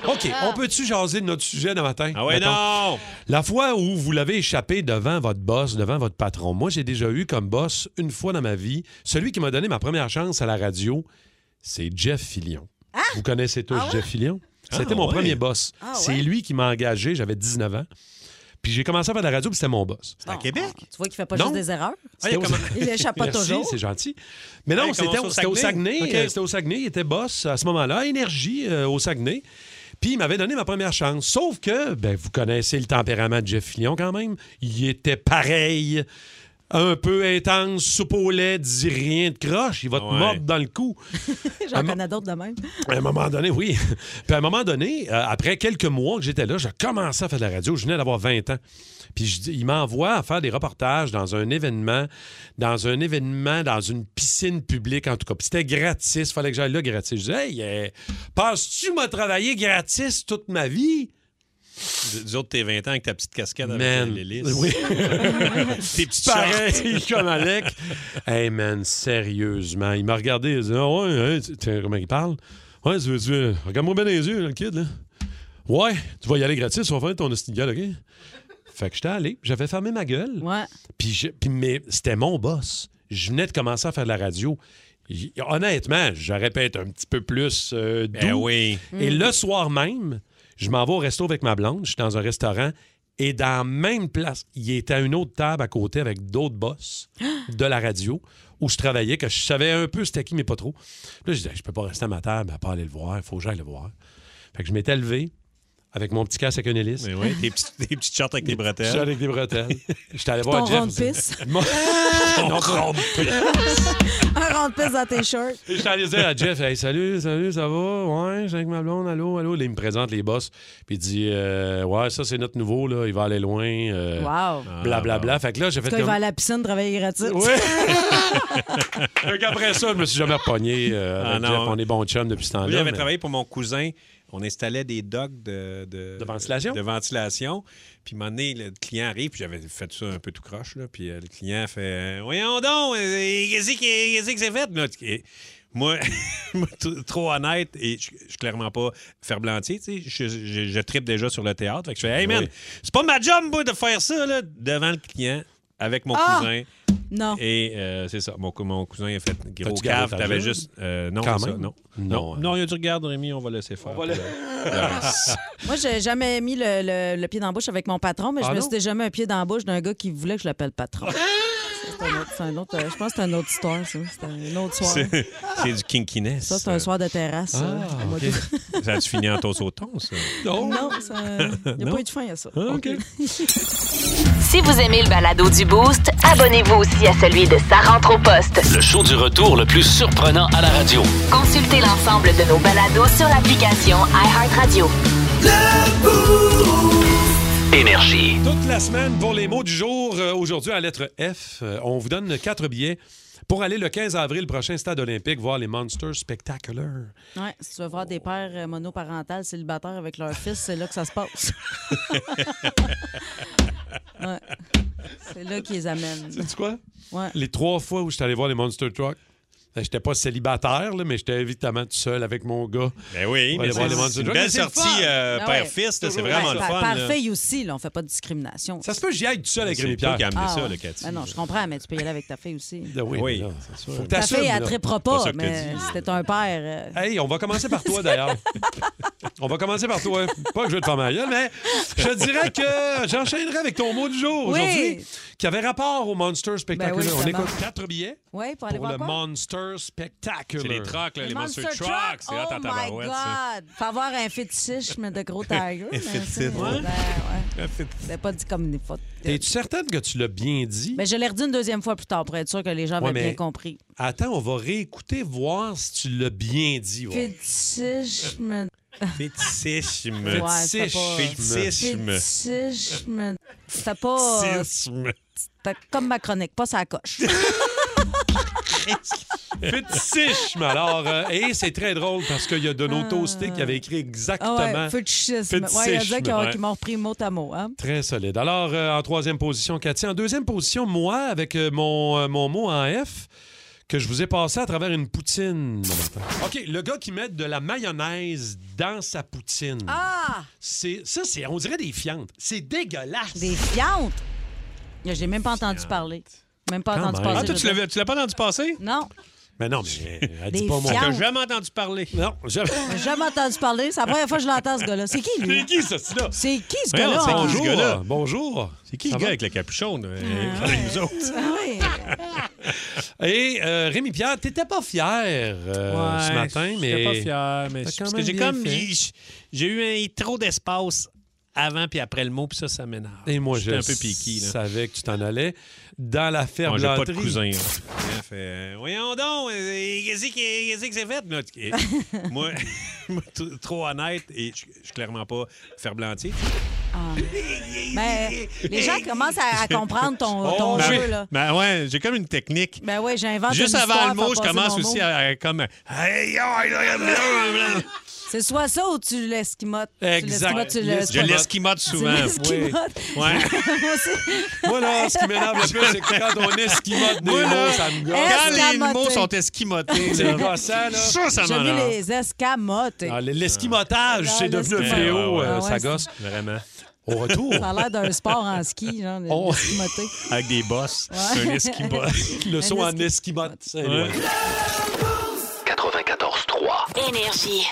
OK, on peut-tu jaser de notre sujet de matin? Ah ouais, non! La fois où vous l'avez échappé devant votre boss, devant votre patron. Moi, j'ai déjà eu comme boss, une fois dans ma vie, celui qui m'a donné ma première chance à la radio, c'est Jeff Fillion. Vous connaissez tous Jeff Fillion? Ah, C'était mon ouais. premier boss. Ah, C'est lui qui m'a engagé, j'avais 19 ans. Puis j'ai commencé à faire de la radio, puis c'était mon boss. À Québec? Tu vois qu'il fait pas Non. juste des erreurs. Ah, il y a comme- Il échappe pas Merci, toujours. c'est gentil. Mais non, Hey, c'était commence au c'était au Saguenay. Saguenay. OK. euh, C'était au Saguenay. Il était boss à ce moment-là, à Énergie, euh, au Saguenay. Puis il m'avait donné ma première chance. Sauf que, ben, vous connaissez le tempérament de Jeff Fillion quand même. Il était pareil. Un peu intense, soupe au lait, dit rien de croche, il va te Ouais. mordre dans le cou. J'en connais d'autres de même. À un moment donné, oui. Puis à un moment donné, euh, après quelques mois que j'étais là, j'ai commencé à faire de la radio. Je venais d'avoir 20 ans. Puis je dis- il m'envoie à faire des reportages dans un événement, dans un événement, dans une piscine publique, en tout cas. Puis c'était gratis. Fallait que j'aille là gratis. Je disais, hey, euh, penses-tu m'a travaillé gratis toute ma vie? Du- Du autre, t'es 20 ans avec ta petite casquette Man. avec l'hélice. Oui. Tes petites Pareil shorts. comme Alec. Hey man, sérieusement. Il m'a regardé, il a dit Ah ouais, hein, tu- tu- comment il parle? Ouais, tu veux, tu veux- Regarde-moi bien dans les yeux, là, le kid, là. Ouais, tu vas y aller gratis, on va faire ton hostie de gueule, OK? Fait que j'étais allé, j'avais fermé ma gueule. Ouais. Puis, je- puis mais c'était mon boss. Je venais de commencer à faire de la radio. J- Honnêtement, j'aurais pu être un petit peu plus euh, doux. Ben oui. Et Mm. le soir même, je m'en vais au resto avec ma blonde. Je suis dans un restaurant. Et dans la même place, il était à une autre table à côté avec d'autres boss de la radio où je travaillais, que je savais un peu c'était qui, mais pas trop. Là, je disais, je peux pas rester à ma table à pas aller le voir. Il faut que j'aille le voir. Fait que je m'étais levé avec mon petit casque avec une hélice. Mais oui, tes petites, tes petites shorts avec tes bretelles. Shorts avec des bretelles. J'étais allé Ton voir Jeff. rond de pisse. Mon- Ah! Ton rond de Un rond de pisse dans tes shorts. Et J'étais allé dire à Jeff, hey, salut, salut, ça va? Ouais, je suis avec ma blonde, allô, allô. Là, il me présente les boss, puis il dit, euh, ouais, ça, c'est notre nouveau, là, il va aller loin. euh, ah. Wow. Blablabla. Fait que là, j'ai En tout fait cas, il comme. va à la piscine travailler gratuit. Fait qu'après ça, je me suis jamais repogné euh, Ah, avec non. Jeff. On est bon chum depuis ce temps-là. Moi, j'avais mais- travaillé pour mon cousin. On installait des docks de, de, ventilation. De ventilation. Puis, à un moment donné, le client arrive, puis j'avais fait ça un peu tout croche. Là, puis, euh, le client fait euh, Voyons donc, euh, qu'est-ce qui- qu'est-ce que c'est fait? Là, tu- et moi, moi, t- trop honnête, et je je suis clairement pas ferblantier. tu sais, Je, je, je tripe déjà sur le théâtre. Fait que je fais Hey, man, Oui. c'est pas ma job, moi, de faire ça là, devant le client avec mon Ah! cousin. Non. Et euh, c'est ça, mon, cou- mon cousin il a fait gros T'as-tu gardé cave, ta t'avais job? juste... euh, non, Quand c'est ça, même? non. Non, hein. Non, euh, non, il a dit, regarde, Rémi, on va laisser faire. va la- Moi, j'ai jamais mis le, le- le pied dans la bouche avec mon patron, mais Ah je me non? suis déjà mis un pied dans la bouche d'un gars qui voulait que je l'appelle patron. Ça, C'est un autre, c'est un autre- euh, je pense que c'est une autre histoire, ça. C'est un autre soir. C'est c'est du kinkiness. euh. Ça, c'est un soir de terrasse. ça. Ah, Au mois OK. d'août. Ça a-tu fini en toast au thon, ça? Non, ça- il n'y a Non? pas eu de fin à ça. Ah, OK. C'est Si vous aimez le balado du Boost, abonnez-vous aussi à celui de Sa rentre au poste. Le show du retour le plus surprenant à la radio. Consultez l'ensemble de nos balados sur l'application iHeartRadio. Énergie. Toute la semaine pour les mots du jour. Euh, Aujourd'hui, à la lettre F, euh, on vous donne quatre billets pour aller le 15 avril prochain stade olympique voir les Monsters Spectacular. Ouais, si tu veux voir des pères euh, monoparentales célibataires avec leur fils, c'est là que ça se passe. Ouais. C'est là qu'ils les amènent. Sais-tu quoi? Ouais. Les trois fois où j'étais allé voir les Monster Truck, ben, j'étais pas célibataire, là, mais j'étais évidemment tout seul avec mon gars. Ben oui, mais c'est- c'est une belle sortie, euh, Ah père-fils, là, c'est toujours. vraiment le par- fun, Par là. fille aussi, là, on fait pas de discrimination. Ça se peut que j'y aille tout seul avec Rémi Pierre. Ah, ouais. Ben non, je comprends, mais tu peux y aller avec ta fille aussi. Ben oui, Ah Oui, mais là, c'est sûr. Faut que Ta t'assumes, fille, elle là. trippera C'est pas, ça que t'as mais dit. c'était un père. euh, Hey, on va commencer par toi d'ailleurs. on va commencer par toi. Pas que je veux te faire ma gueule, mais je te dirais que j'enchaînerai avec ton mot du jour Oui. aujourd'hui qui avait rapport au Monster Spectacular. Ben oui, on justement. écoute quatre billets Oui, pour aller pour voir le quoi? Monster Spectacular. C'est les trucks, là, les, Monster, Trucks. C'est hot Oh en my tabarouette, ça. God! Faut avoir un fétichisme de gros tiger. mais fétichisme. c'est- Ouais. ben, ouais. Ah, C'est pas dit comme des fautes. Es-tu certaine que tu l'as bien dit? Mais je l'ai redit une deuxième fois plus tard pour être sûr que les gens avaient Ouais, mais- Ben, bien compris. Attends, on va réécouter, voir si tu l'as bien dit. ouais. Fétichisme. Fétichisme. Ouais, c'est pas- Fétichisme. C'était pas. euh, Fétichisme. C'était comme ma chronique, pas sa coche. Fétichisme, alors. euh, et c'est très drôle parce qu'il y a de nos toastés qui avaient écrit exactement. Ah ouais, fétichisme. Ouais, il y en a qui ont- Fétichisme, qui ouais. m'ont repris mot à mot. Hein? Très solide. Alors, euh, en troisième position, Cathy. En deuxième position, moi, avec euh, mon, euh, mon mot en F, que je vous ai passé à travers une poutine. mon matin. OK, le gars qui met de la mayonnaise dans sa poutine. Ah! C'est, ça, c'est, on dirait des fientes. C'est dégueulasse. Des fientes? J'ai même pas entendu parler. Même pas Quand entendu même. parler. Ah, toi, je tu veux l'avais- tu l'as pas entendu passer? dire. Non, Mais non, mais elle Des dit pas moi. fientes. T'as jamais entendu parler. Non, jamais. j'ai jamais entendu parler. C'est la première fois que je l'entends, ce gars-là. C'est qui, lui? C'est qui, ce petit-là? C'est qui, ce Voyons, gars-là? c'est qui, hein? ce Bonjour. gars-là? Bonjour. C'est qui Ça le va? gars avec le capuchon? là? Euh, nous autres. Ah oui. Et euh, Rémi Pierre, t'étais pas fier euh, Ouais, ce matin, mais. j'étais pas fier, mais T'as c'est quand parce que même j'ai bien comme fait. j'ai- j'ai eu un trop d'espace avant puis après le mot puis ça ça m'énerve. Et moi, je J'étais un peu piqué là. savais que tu t'en allais dans la ferme Moi, j'ai pas de cousin. hein. Fait, euh, voyons donc, euh, qu'est-ce qui- qu'est-ce que c'est fait? Moi, t- et- moi, moi, t- trop honnête, et je je suis clairement pas ferblantier. Mais Ben, les gens commencent à, à comprendre Oh, ton, ton ben, jeu, là. ben ouais, j'ai comme une technique. Ben oui, j'invente Juste une avant histoire le mot, je pour passer commence mon aussi mot. à, à comme... Hey, yo, hey, yo, hey, yo, hey, yo. C'est soit ça ou tu l'esquimotes. Tu Exact. l'esquimotes, Tu Je l'esquimote souvent. l'esquimotes. Ouais. Moi aussi. Moi, là, ce qui m'énerve le plus, c'est que quand on esquimote des Moi, là, mots, ça me gosse. Quand les Escamoté. mots sont esquimotés, C'est là, gossant, là. ça, ça J'ai vu m'énerve. les escamotes. Ah, L'esquimotage, Ah, c'est devenu un l'esquimotage. Ah fléau, Ouais, euh, ouais, ça ouais, gosse. Vraiment. Au retour, Ça a l'air d'un sport en ski, genre, Oh. l'esquimoté. Avec des bosses. Ouais. Un esquimot. le son Un en esquimote. Anyway. 94-3. Énergie.